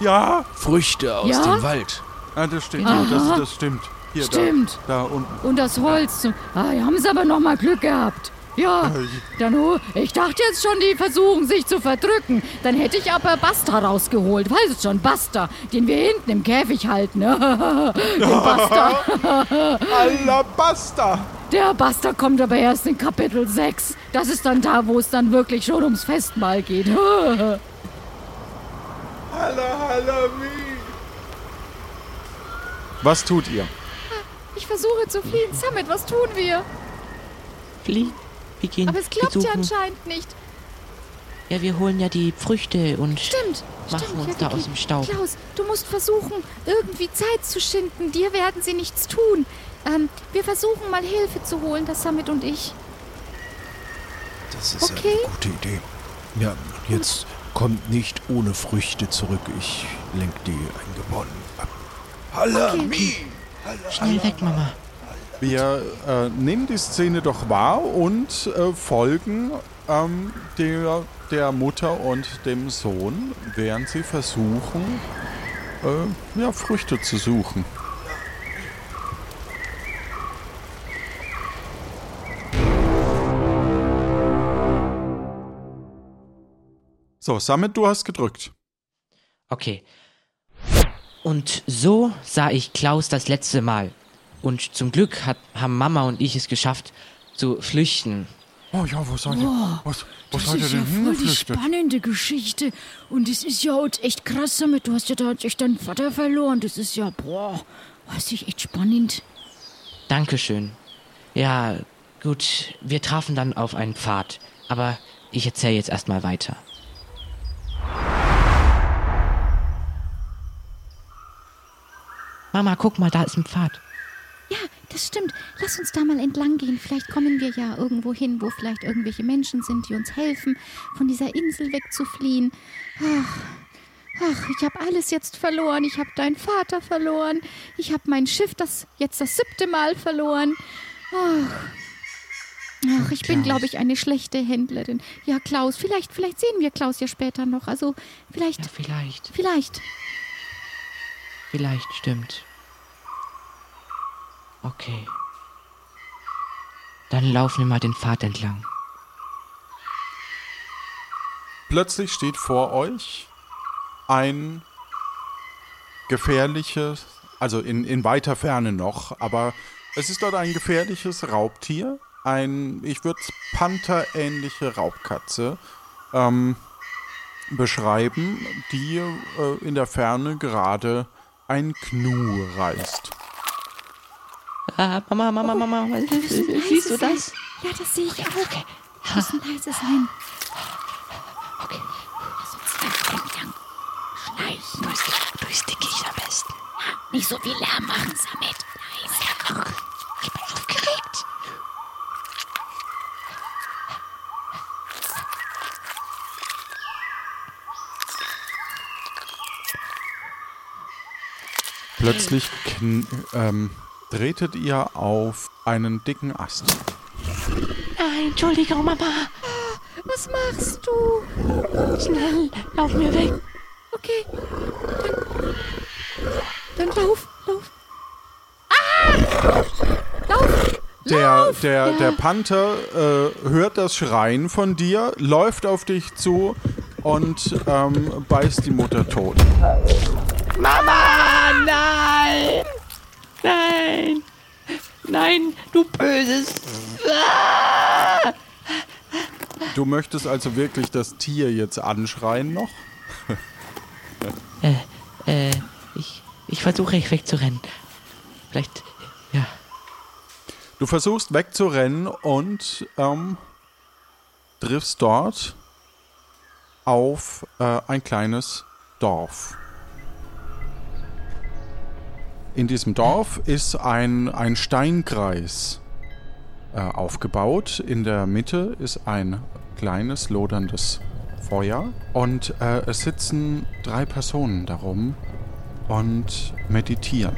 Ja,
Früchte aus
Ja?
dem Wald.
ah, das stimmt. Ja, Das, das stimmt. Hier,
Stimmt.
Da, da unten.
Und das Holz. zum- Ah, die haben es aber noch mal Glück gehabt. Ja, dann, ho- ich dachte jetzt schon, die versuchen sich zu verdrücken. Dann hätte ich aber Basta rausgeholt. Weißt du schon, Basta, den wir hinten im Käfig halten. den Basta.
Alabasta.
Der Basta kommt aber erst in Kapitel 6. Das ist dann da, wo es dann wirklich schon ums Festmahl geht.
Alla Alami. Was tut ihr?
Ich versuche zu fliehen. Summit, was tun wir?
Fliehen. Wir gehen.
Aber es klappt
wir
ja
suchen-
anscheinend nicht.
Ja, wir holen ja die Früchte und
Stimmt.
machen
stimmt,
uns
ja,
da
Vicky.
aus dem Staub.
Klaus, du musst versuchen, irgendwie Zeit zu schinden. Dir werden sie nichts tun. Ähm, wir versuchen mal Hilfe zu holen, das Summit und ich.
Das ist
Okay.
eine gute Idee. Ja, und jetzt kommt nicht ohne Früchte zurück. Ich lenke die Eingeborenen ab. Halami!
Schnell weg, Mama.
Wir äh, nehmen die Szene doch wahr und äh, folgen ähm, der, der Mutter und dem Sohn, während sie versuchen, äh, ja, Früchte zu suchen. So, Samet, du hast gedrückt.
Okay. Und so sah ich Klaus das letzte Mal. Und zum Glück hat, haben Mama und ich es geschafft, zu flüchten.
Oh ja, wo seid ihr?
Boah,
was wo
Das
seid ihr
ist ja
denn
voll die
hingeflüchtet?
spannende Geschichte. Und es ist ja heute echt krass damit. Du hast ja da jetzt echt deinen Vater verloren. Das ist ja, boah, das ist echt spannend.
Dankeschön. Ja, gut, wir trafen dann auf einen Pfad. Aber ich erzähle jetzt erstmal weiter. Mama, guck mal, da ist ein Pfad.
Ja, das stimmt. Lass uns da mal entlang gehen. Vielleicht kommen wir ja irgendwo hin, wo vielleicht irgendwelche Menschen sind, die uns helfen, von dieser Insel wegzufliehen. Ach, ach ich habe alles jetzt verloren. Ich habe deinen Vater verloren. Ich habe mein Schiff das jetzt das siebte Mal verloren. Ach. Ach, ich bin, glaube ich, eine schlechte Händlerin. Ja, Klaus, vielleicht, vielleicht sehen wir Klaus ja später noch. Also, vielleicht,
Vielleicht,
vielleicht.
vielleicht stimmt. Okay. Dann laufen wir mal den Pfad entlang.
Plötzlich steht vor euch ein gefährliches, also in, in weiter Ferne noch, aber es ist dort ein gefährliches Raubtier. Ein, ich würde es panterähnliche Raubkatze ähm, beschreiben, die äh, in der Ferne gerade ein Gnu reißt.
Ah, Mama, Mama, Mama, siehst du das?
Ja, das sehe ich auch. Okay. Wir müssen leise sein.
Schleichen. Durchs, durchs Dickicht am besten. Nicht so viel Lärm machen, Samet. Leise. Ich bin aufgeregt.
Plötzlich kn ähm, tretet ihr auf einen dicken Ast.
Nein, Entschuldigung, Äh, Mama.
Was machst du?
Schnell, lauf mir weg.
Okay. Dann, dann lauf, lauf.
Der, der, der Panther äh, hört das Schreien von dir, läuft auf dich zu und ähm, beißt die Mutter tot.
Mama, nein. Nein. Nein, du böses. Ah!
Du möchtest also wirklich das Tier jetzt anschreien noch?
Äh, ich, ich versuche, ich wegzurennen. Vielleicht, ja.
Du versuchst wegzurennen und ähm, triffst dort auf äh, ein kleines Dorf. In diesem Dorf ist ein, ein Steinkreis äh, aufgebaut. In der Mitte ist ein kleines loderndes Feuer und äh, es sitzen drei Personen darum und meditieren.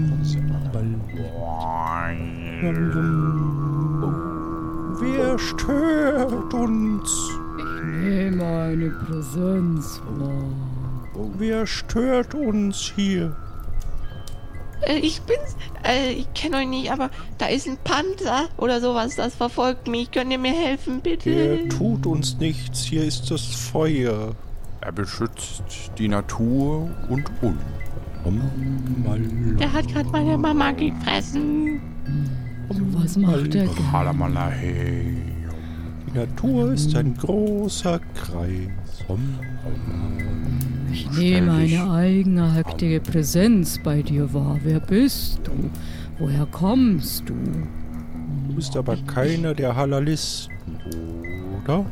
Oh, Wer stört uns?
Nehme eine Präsenz wahr.
Oh, Wer stört uns hier?
Äh, Ich bin's. Äh, ich kenne euch nicht, aber da ist ein Panzer oder sowas, das verfolgt mich. Könnt ihr mir helfen,
Der
Äh.
bitte?
tut uns nichts. Hier ist das Feuer.
Er beschützt die Natur und uns.
Der hat gerade meine Mama gefressen.
Was macht er da?
Die Natur ist ein großer Kreis.
Ich nehme eine eigenartige Präsenz bei dir wahr. Wer bist du? Woher kommst du?
Du bist aber keiner der Halalisten, oder?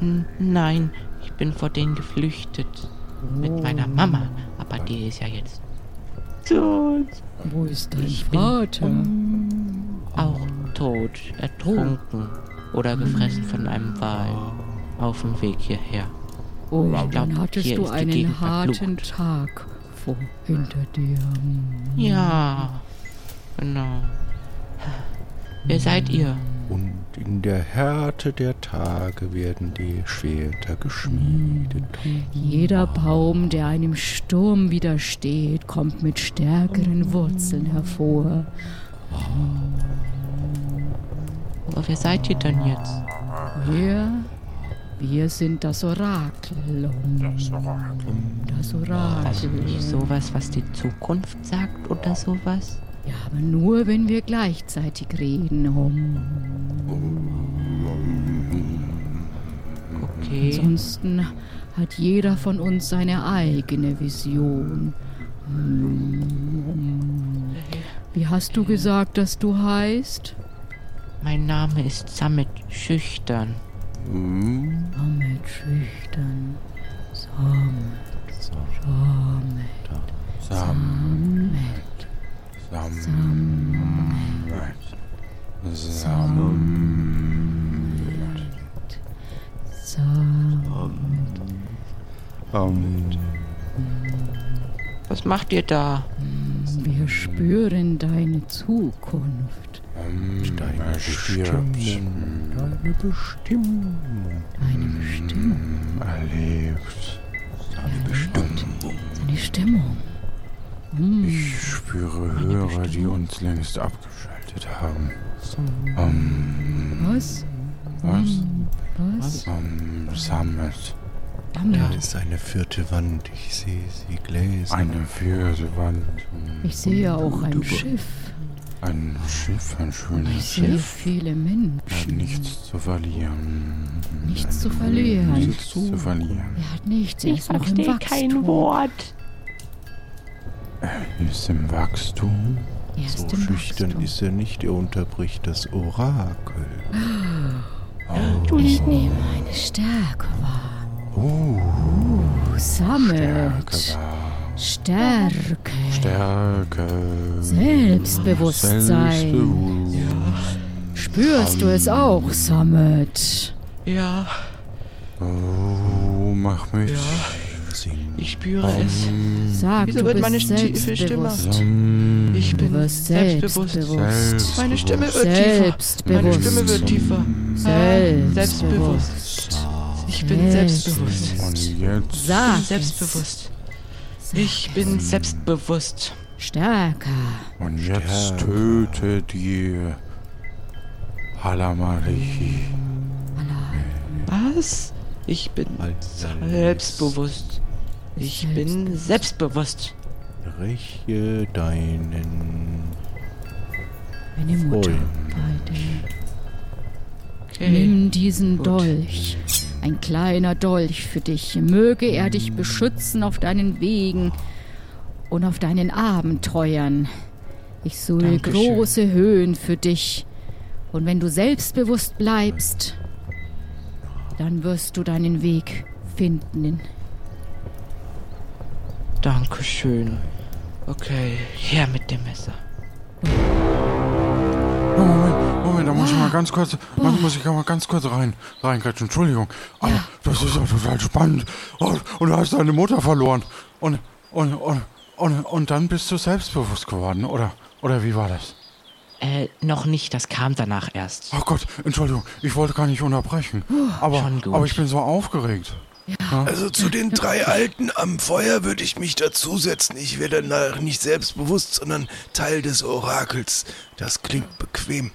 N- Nein, ich bin vor denen geflüchtet. Mit meiner Mama. Aber die ist ja jetzt
Tot.
Wo ist dein Vater?
auch tot, ertrunken oder gefressen von einem Wal. Auf dem Weg hierher.
Oh,
glaub,
dann hattest
hier
du
ist die
einen
Gegend
harten Tag vor hinter dir.
Ja, genau. Wer seid ihr?
Und in der Härte der Tage werden die Schwerter geschmiedet.
Jeder Baum, der einem Sturm widersteht, kommt mit stärkeren Wurzeln hervor.
Aber wer seid ihr denn jetzt?
Wir, wir sind das Orakel. Das Orakel. Das
Also nicht
Orakel.
sowas, was die Zukunft sagt oder sowas?
Ja, aber nur, wenn wir gleichzeitig reden. Hum.
Okay.
Ansonsten hat jeder von uns seine eigene Vision. Hm. Wie hast du gesagt, dass du heißt?
Mein Name ist Samet Schüchtern.
Damit schüchtern. Samet. Samet. Samet. Samet.
Was macht ihr da?
Wir spüren deine Zukunft.
Hm,
Deine Bestimmung, deine Bestimmung
Deine
Hm,
Bestimmung.
erlebt.
Deine Stimmung.
Ich spüre Hörer, die uns längst abgeschaltet haben. Um,
Hm.
Was?
was?
Was?
Um, Summit.
Da
Damit.
ist eine vierte Wand. Ich sehe sie gläsern.
Eine vierte Wand.
Ich sehe auch ein Schiff.
Ein Schiff, ein
Ich
schönes
sehe
Schiff.
viele Menschen.
Nichts zu verlieren.
Nichts zu
Hm.
verlieren.
Nichts zu verlieren.
Er hat nichts. Er
Ich
ist noch im
verstehe
Wachstum.
kein Wort.
Ist im Wachstum.
Er ist
So
im
schüchtern
Wachstum.
ist er nicht, er unterbricht das Orakel.
Ich nehme eine Stärke wahr.
Uh,
Oh, sammelt. Stärke.
Stärke.
Selbstbewusstsein. Spürst du es auch, Summit?
Ja,
Oh, mach mich.
ich spüre es.
Sag,
Wieso
du
wird
bist
meine Sti- Stimme-
selbstbewusst.
Ich
Du
bin
wirst
selbstbewusst.
selbstbewusst.
Meine Stimme wird tiefer. Meine Stimme
Selbstbewusst.
wird tiefer.
Selbstbewusst.
Selbstbewusst. Ich bin selbstbewusst.
Und jetzt.
Ich
Sag
bin
es.
selbstbewusst. Ich bin selbstbewusst.
Stärker.
Und jetzt töte die Halamalechi.
Was? Ich bin selbstbewusst. Ich bin selbstbewusst.
Räche deinen.
Meine
Oh.
Mutter
Voll.
bei dir.
Mhm.
Okay.
Nimm diesen
Gut.
Dolch, ein kleiner Dolch für dich. Möge er dich beschützen auf deinen Wegen und auf deinen Abenteuern. Ich suche
Dankeschön.
große Höhen für dich. Und wenn du selbstbewusst bleibst, dann wirst du deinen Weg finden.
Dankeschön. Okay, her mit dem Messer.
Oh, Moment, Moment, da muss ich mal ganz kurz, muss, muss ich mal ganz kurz rein, reingrätschen, Entschuldigung. Aber das ist ja total spannend. Und, und du hast deine Mutter verloren. Und, und, und, und, und dann bist du selbstbewusst geworden, oder? Oder wie war das?
Äh, noch nicht, das kam danach erst.
Oh Gott, Entschuldigung, ich wollte gar nicht unterbrechen. Aber,
Schon gut.
aber ich bin so aufgeregt.
Also zu den drei Alten am Feuer würde ich mich dazusetzen. Ich wäre danach nicht selbstbewusst, sondern Teil des Orakels. Das klingt bequem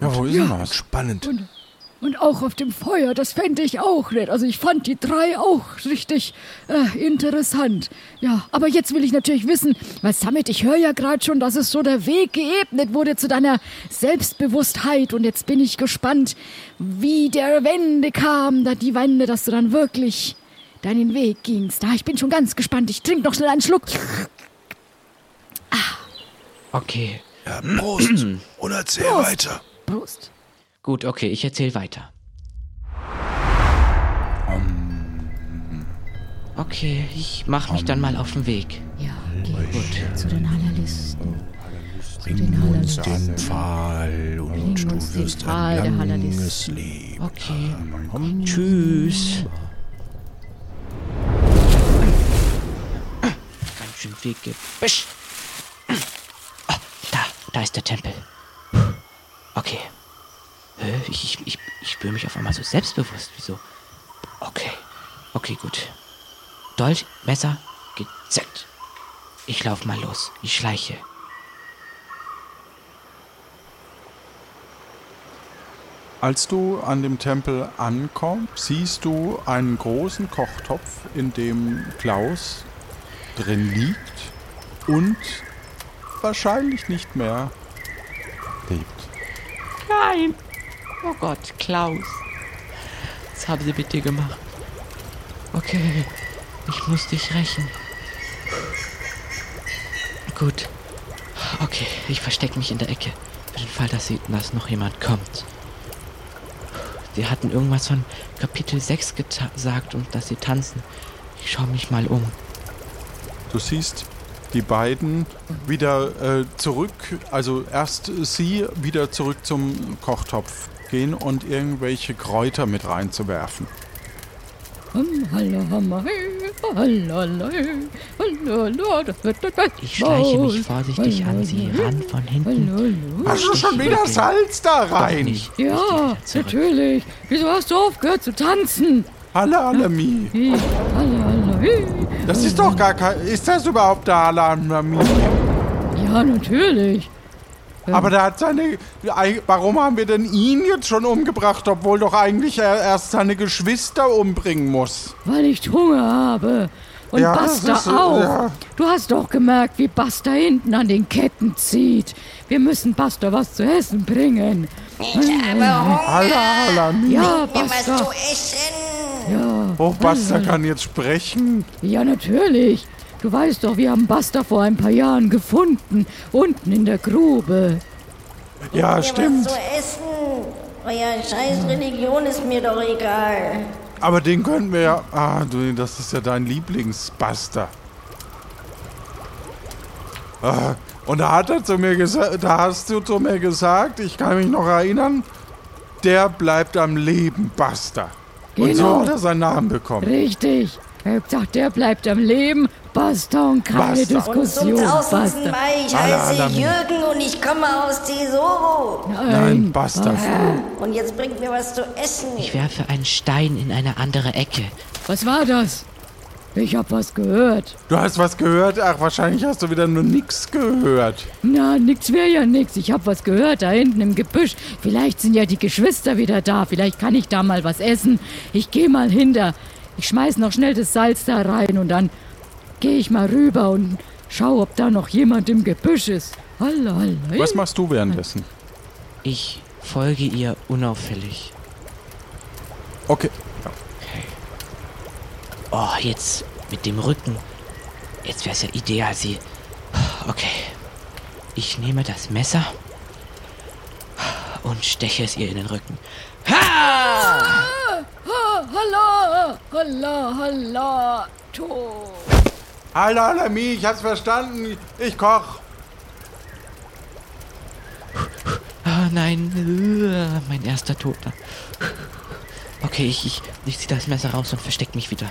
Ja, wo ist denn
und
das?
spannend.
Und auch auf dem Feuer, das fände ich auch nett. Also ich fand die drei auch richtig äh, interessant. Ja, aber jetzt will ich natürlich wissen, was damit, ich höre ja gerade schon, dass es so der Weg geebnet wurde zu deiner Selbstbewusstheit. Und jetzt bin ich gespannt, wie der Wende kam, da die Wende, dass du dann wirklich deinen Weg gingst. Ah, ich bin schon ganz gespannt. Ich trinke noch schnell einen Schluck.
Okay,
Ja, Prost und erzähl weiter.
Prost.
gut, okay, ich erzähle weiter. Okay, ich mach mich dann mal auf den Weg.
Ja, geh gut. zu den Hallerlisten. Zu den
Bring uns
Hallerlisten.
den Pfahl und
Bring uns
du
den
wirst
Pfahl der
ein
Hallerlisten.
langes Leben.
Okay, tschüss. Ganz schön Weg gebisch. Ah, Da, da ist der Tempel. Okay. Äh, ich, ich, ich, ich spüre mich auf einmal so selbstbewusst. Wieso? Okay. Okay, gut. Dolch, Messer, gezückt. Ich lauf mal los. Ich schleiche.
Als du an dem Tempel ankommst, siehst du einen großen Kochtopf, in dem Klaus drin liegt und wahrscheinlich nicht mehr lebt.
Nein. Oh Gott, Klaus.
Was haben sie mit dir gemacht? Okay, ich muss dich rächen. Gut. Okay, ich verstecke mich in der Ecke. Für den Fall, dass, sie, dass noch jemand kommt. Sie hatten irgendwas von Kapitel 6 geta- gesagt und dass sie tanzen. Ich schaue mich mal um.
Du siehst die beiden wieder äh, zurück, also erst sie wieder zurück zum Kochtopf gehen und irgendwelche Kräuter mit reinzuwerfen.
Hum, Hm, hallo, hum, hey, halala, hey, halala, das wird der Geist.
Ich schleiche mich vorsichtig an sie ran von hinten.
Hast du
Stich
schon wieder
wirklich-
Salz da
Doch
rein?
nicht. Ich gehe
Ja,
wieder zurück.
natürlich. Wieso hast du aufgehört zu tanzen?
Halalami.
Hey, halala, hey.
Das ist doch gar kein. Ist das überhaupt der Halalami?
Ja, natürlich.
Aber da hat seine. Ei- Warum haben wir denn ihn jetzt schon umgebracht, obwohl doch eigentlich er erst seine Geschwister umbringen muss?
Weil ich Hunger habe. Und
Ja,
Basta
das ist, äh,
auch.
ja.
Du hast doch gemerkt, wie Basta hinten an den Ketten zieht. Wir müssen Basta was zu essen bringen.
Halalami.
Ja, Basta. Ja,
Oh, Basta kann jetzt sprechen.
ja, natürlich. Du weißt doch, wir haben Basta vor ein paar Jahren gefunden. Unten in der Grube.
Ja, stimmt.
was zu essen. Euer scheiß Religion ist mir doch egal.
Aber den können wir ja. Ah, du, das ist ja dein Lieblingsbuster. Ah, und da hat er zu mir gesagt, da hast du zu mir gesagt, ich kann mich noch erinnern, der bleibt am Leben, Buster. Und so
Genau.
hat er seinen Namen bekommen.
Richtig. Er hat gesagt, der bleibt am Leben. Basta und keine
Basta.
Und zum
Diskussion.
tausendsten
Basta.
Mal, ich
Alla,
heiße
Alla,
Jürgen und ich komme aus Tesoro.
Nein, Buster.
Und jetzt bringt mir was zu essen.
Ich werfe einen Stein in eine andere Ecke.
Was war das? Ich hab was gehört.
Du hast was gehört? Ach, wahrscheinlich hast du wieder nur nichts gehört.
Na, nix wäre ja nix. Ich hab was gehört da hinten im Gebüsch. Vielleicht sind ja die Geschwister wieder da. Vielleicht kann ich da mal was essen. Ich geh mal hinter. Ich schmeiß noch schnell das Salz da rein und dann geh ich mal rüber und schau, ob da noch jemand im Gebüsch ist. Hallo, hallo.
Was machst du währenddessen?
Ich folge ihr unauffällig.
Okay.
Oh, jetzt mit dem Rücken. Jetzt wäre es ja ideal, sie. Okay. Ich nehme das Messer und steche es ihr in den Rücken. Ha!
Ah, Hallo, hallo, hallo, Tod.
Alalami, ich hab's verstanden. Ich koch.
Ah, nein, Uah, mein erster Toter. Okay, ich, ich, ich ziehe das Messer raus und verstecke mich wieder.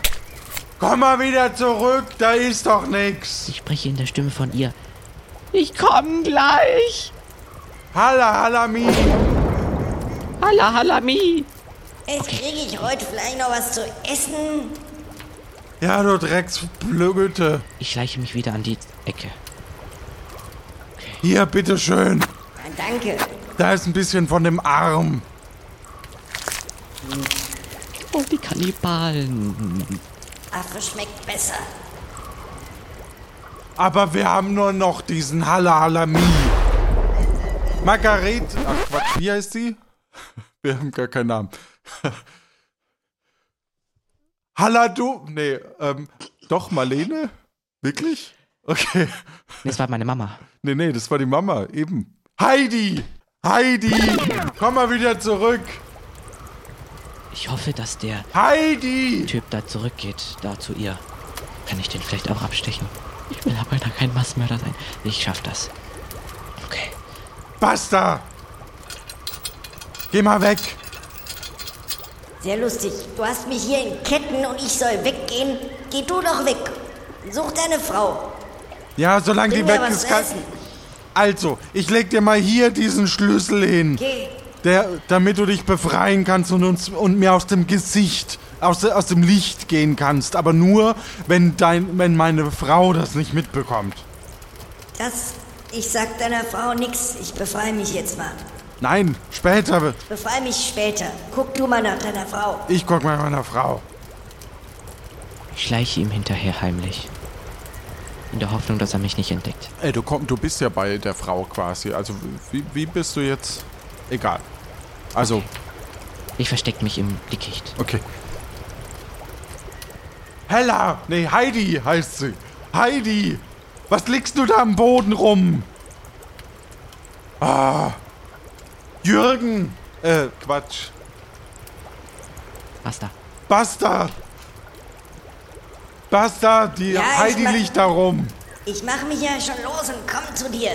Komm mal wieder zurück, da ist doch nix.
Ich spreche in der Stimme von ihr.
Ich komm gleich.
Halla, Halami.
Halla, Halami.
Jetzt kriege ich heute vielleicht noch was zu essen.
Ja, du Drecksblöte.
Ich schleiche mich wieder an die Ecke.
Hier, bitteschön.
Ah, danke.
Da ist ein bisschen von dem Arm.
Oh, die Kannibalen.
Affe schmeckt besser.
Aber wir haben nur noch diesen Halla Halami. Margaret. Ach Quatsch, wie heißt sie? Wir haben gar keinen Namen. Halla du. Nee, ähm, doch, Marlene? Wirklich? Okay.
Das war meine Mama.
Nee, nee, das war die Mama, eben. Heidi! Heidi! Komm mal wieder zurück!
Ich hoffe, dass der
Heidi!
Typ da zurückgeht, da zu ihr. Kann ich den vielleicht auch abstechen? Ich will aber da kein Massenmörder sein. Ich schaff das. Okay.
Basta! Geh mal weg!
Sehr lustig. Du hast mich hier in Ketten und ich soll weggehen. Geh du doch weg. Such deine Frau.
Ja, solange
Bring
die
mir
weg
was
ist,
zu
kann...
essen.
Also, ich leg dir mal hier diesen Schlüssel hin.
Geh.
Der, damit du dich befreien kannst und, uns, und mir aus dem Gesicht, aus, de- aus dem Licht gehen kannst. Aber nur, wenn, dein, wenn meine Frau das nicht mitbekommt.
Das, ich sag deiner Frau nix. Ich befreie mich jetzt mal.
Nein, später.
Befreie mich später. Guck du mal nach deiner Frau.
Ich guck mal meiner Frau.
Ich schleiche ihm hinterher heimlich. In der Hoffnung, dass er mich nicht entdeckt.
Ey, du, komm, du bist ja bei der Frau quasi. Also, wie, wie bist du jetzt? Egal. Also.
Ich verstecke mich im Dickicht.
Okay. Hella! Nee, Heidi heißt sie. Heidi! Was liegst du da am Boden rum? Ah. Jürgen! Äh, Quatsch.
Basta.
Basta! Basta! Die
Ja, ich
Heidi
mach-
liegt da rum.
Ich mach mich ja schon los und komm zu dir.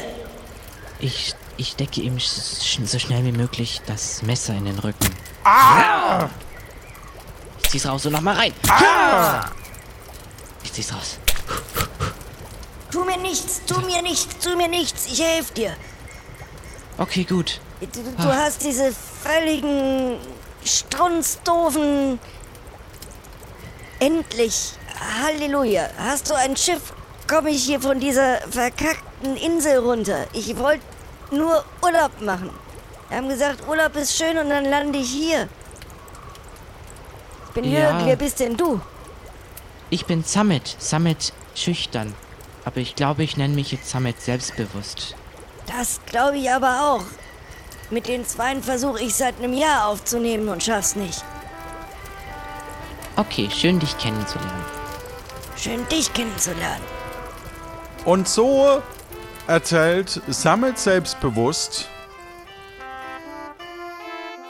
Ich, ich decke ihm sch sch so schnell wie möglich das Messer in den Rücken.
Ah!
Ich zieh's raus und nochmal rein.
Ah!
Ich zieh's raus.
Tu mir nichts, tu mir nichts, tu mir nichts. Ich helf dir.
Okay, gut.
Du, du, du
Ah.
hast diese völligen, strunzdoofen... Endlich, Halleluja, hast du ein Schiff, komme ich hier von dieser verkackten Insel runter. Ich wollte nur Urlaub machen. Wir haben gesagt, Urlaub ist schön und dann lande ich hier. Ich bin
Ja.
Jürgen, wer bist denn du?
Ich bin Summit. Summit schüchtern. Aber ich glaube, ich nenne mich jetzt Summit selbstbewusst.
Das glaube ich aber auch. Mit den Zweien versuche ich seit einem Jahr aufzunehmen und schaff's nicht.
Okay, schön dich kennenzulernen.
Schön, dich kennenzulernen.
Und so erzählt Sammelt selbstbewusst,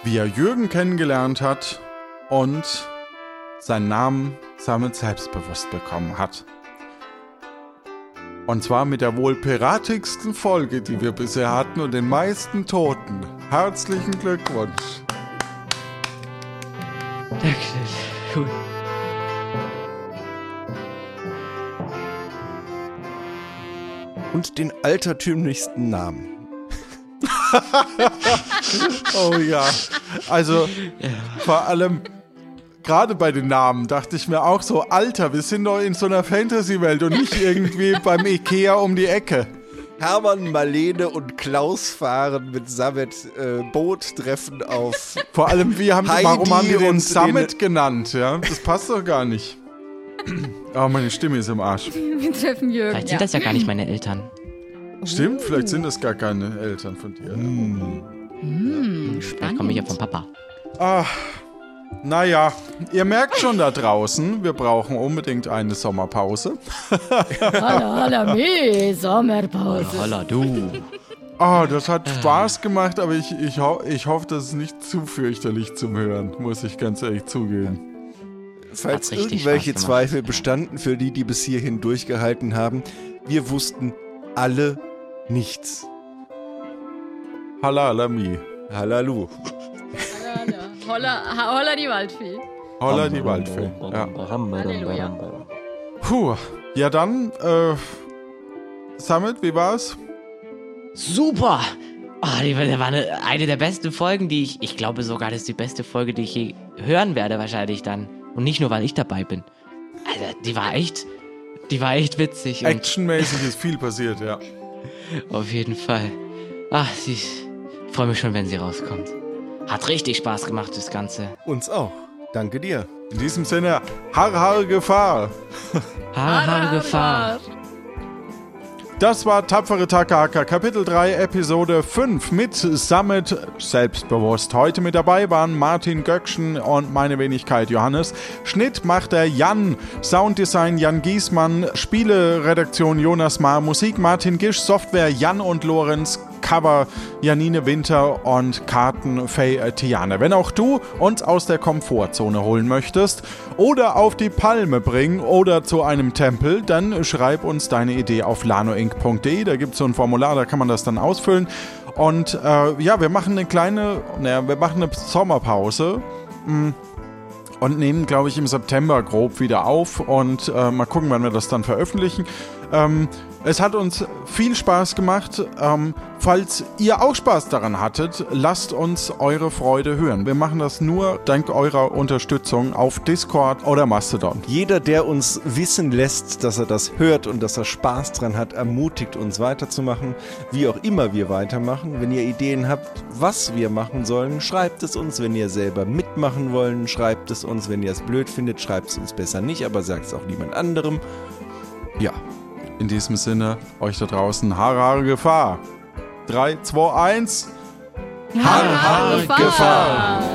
wie er Jürgen kennengelernt hat und seinen Namen Sammelt selbstbewusst bekommen hat. Und zwar mit der wohl piratigsten Folge, die wir bisher hatten und den meisten Toten. Herzlichen Glückwunsch.
Dankeschön. Cool.
Und den altertümlichsten Namen.
oh ja. Also vor allem gerade bei den Namen dachte ich mir auch so, Alter, wir sind doch in so einer Fantasy-Welt und nicht irgendwie beim Ikea um die Ecke.
Hermann, Marlene und Klaus fahren mit Samet äh, Boot, treffen auf.
Vor allem, wie haben,
Heidi
warum haben wir den
und
Summit genannt? Ja, das passt doch gar nicht. Oh, meine Stimme ist im Arsch.
Wir treffen Jürgen.
Vielleicht sind das ja gar nicht meine Eltern.
Stimmt, vielleicht
Uh.
sind das gar keine Eltern von dir.
Hm,
Vielleicht komme ich ja vom Papa.
Ah, naja, ihr merkt schon da draußen, wir brauchen unbedingt eine Sommerpause.
Halla, halla, me, Sommerpause.
Holla, du.
Ah, das hat Spaß gemacht, aber ich, ich, ho ich hoffe, das ist nicht zu fürchterlich zum Hören, muss ich ganz ehrlich zugeben.
Falls
richtig
irgendwelche
Spaß gemacht,
Zweifel bestanden für die, die bis hierhin durchgehalten haben, wir wussten alle nichts.
Halalami.
Halalu.
Holla, ha- holla die Waldfee.
Holla die Waldfee. Ja.
Halleluja.
Puh, ja dann, äh, Summit, wie war's?
Super! Oh, die war- war eine, eine der besten Folgen, die ich. Ich glaube sogar, das ist die beste Folge, die ich je hören werde, wahrscheinlich dann. Und nicht nur, weil ich dabei bin. Also, die war echt. Die war echt witzig. Und
Actionmäßig ist viel passiert, ja.
auf jeden Fall. Ach, sie. ist- Ich freue mich schon, wenn sie rauskommt. Hat richtig Spaß gemacht, das Ganze.
Uns auch. Danke dir.
In diesem Sinne, har har Gefahr.
Haare, Haare, Gefahr.
Das war Tapfere Takahaka, Kapitel 3, Episode 5 mit Summit Selbstbewusst. Heute mit dabei waren Martin Göckchen und meine Wenigkeit Johannes. Schnitt macht der Jan, Sounddesign Jan Giesmann, Spieleredaktion Jonas Mahr, Musik Martin Gisch, Software Jan und Lorenz, Cover Janine Winter und Karten Faye äh, Tiane. Wenn auch du uns aus der Komfortzone holen möchtest oder auf die Palme bringen oder zu einem Tempel, dann schreib uns deine Idee auf lanoinc.de. Da gibt es so ein Formular, da kann man das dann ausfüllen. Und äh, ja, wir machen eine kleine, naja, wir machen eine Sommerpause. Mm und nehmen, glaube ich, im September grob wieder auf und äh, mal gucken, wann wir das dann veröffentlichen. Ähm, es hat uns viel Spaß gemacht. Ähm, falls ihr auch Spaß daran hattet, lasst uns eure Freude hören. Wir machen das nur dank eurer Unterstützung auf Discord oder Mastodon.
Jeder, der uns wissen lässt, dass er das hört und dass er Spaß dran hat, ermutigt uns weiterzumachen, wie auch immer wir weitermachen. Wenn ihr Ideen habt, was wir machen sollen, schreibt es uns. Wenn ihr selber mitmachen wollen, schreibt es uns. Wenn ihr es blöd findet, schreibt es uns besser nicht, aber sagt es auch niemand anderem. Ja.
In diesem Sinne, euch da draußen, Harare Gefahr. 3, 2, 1.
Harare Gefahr.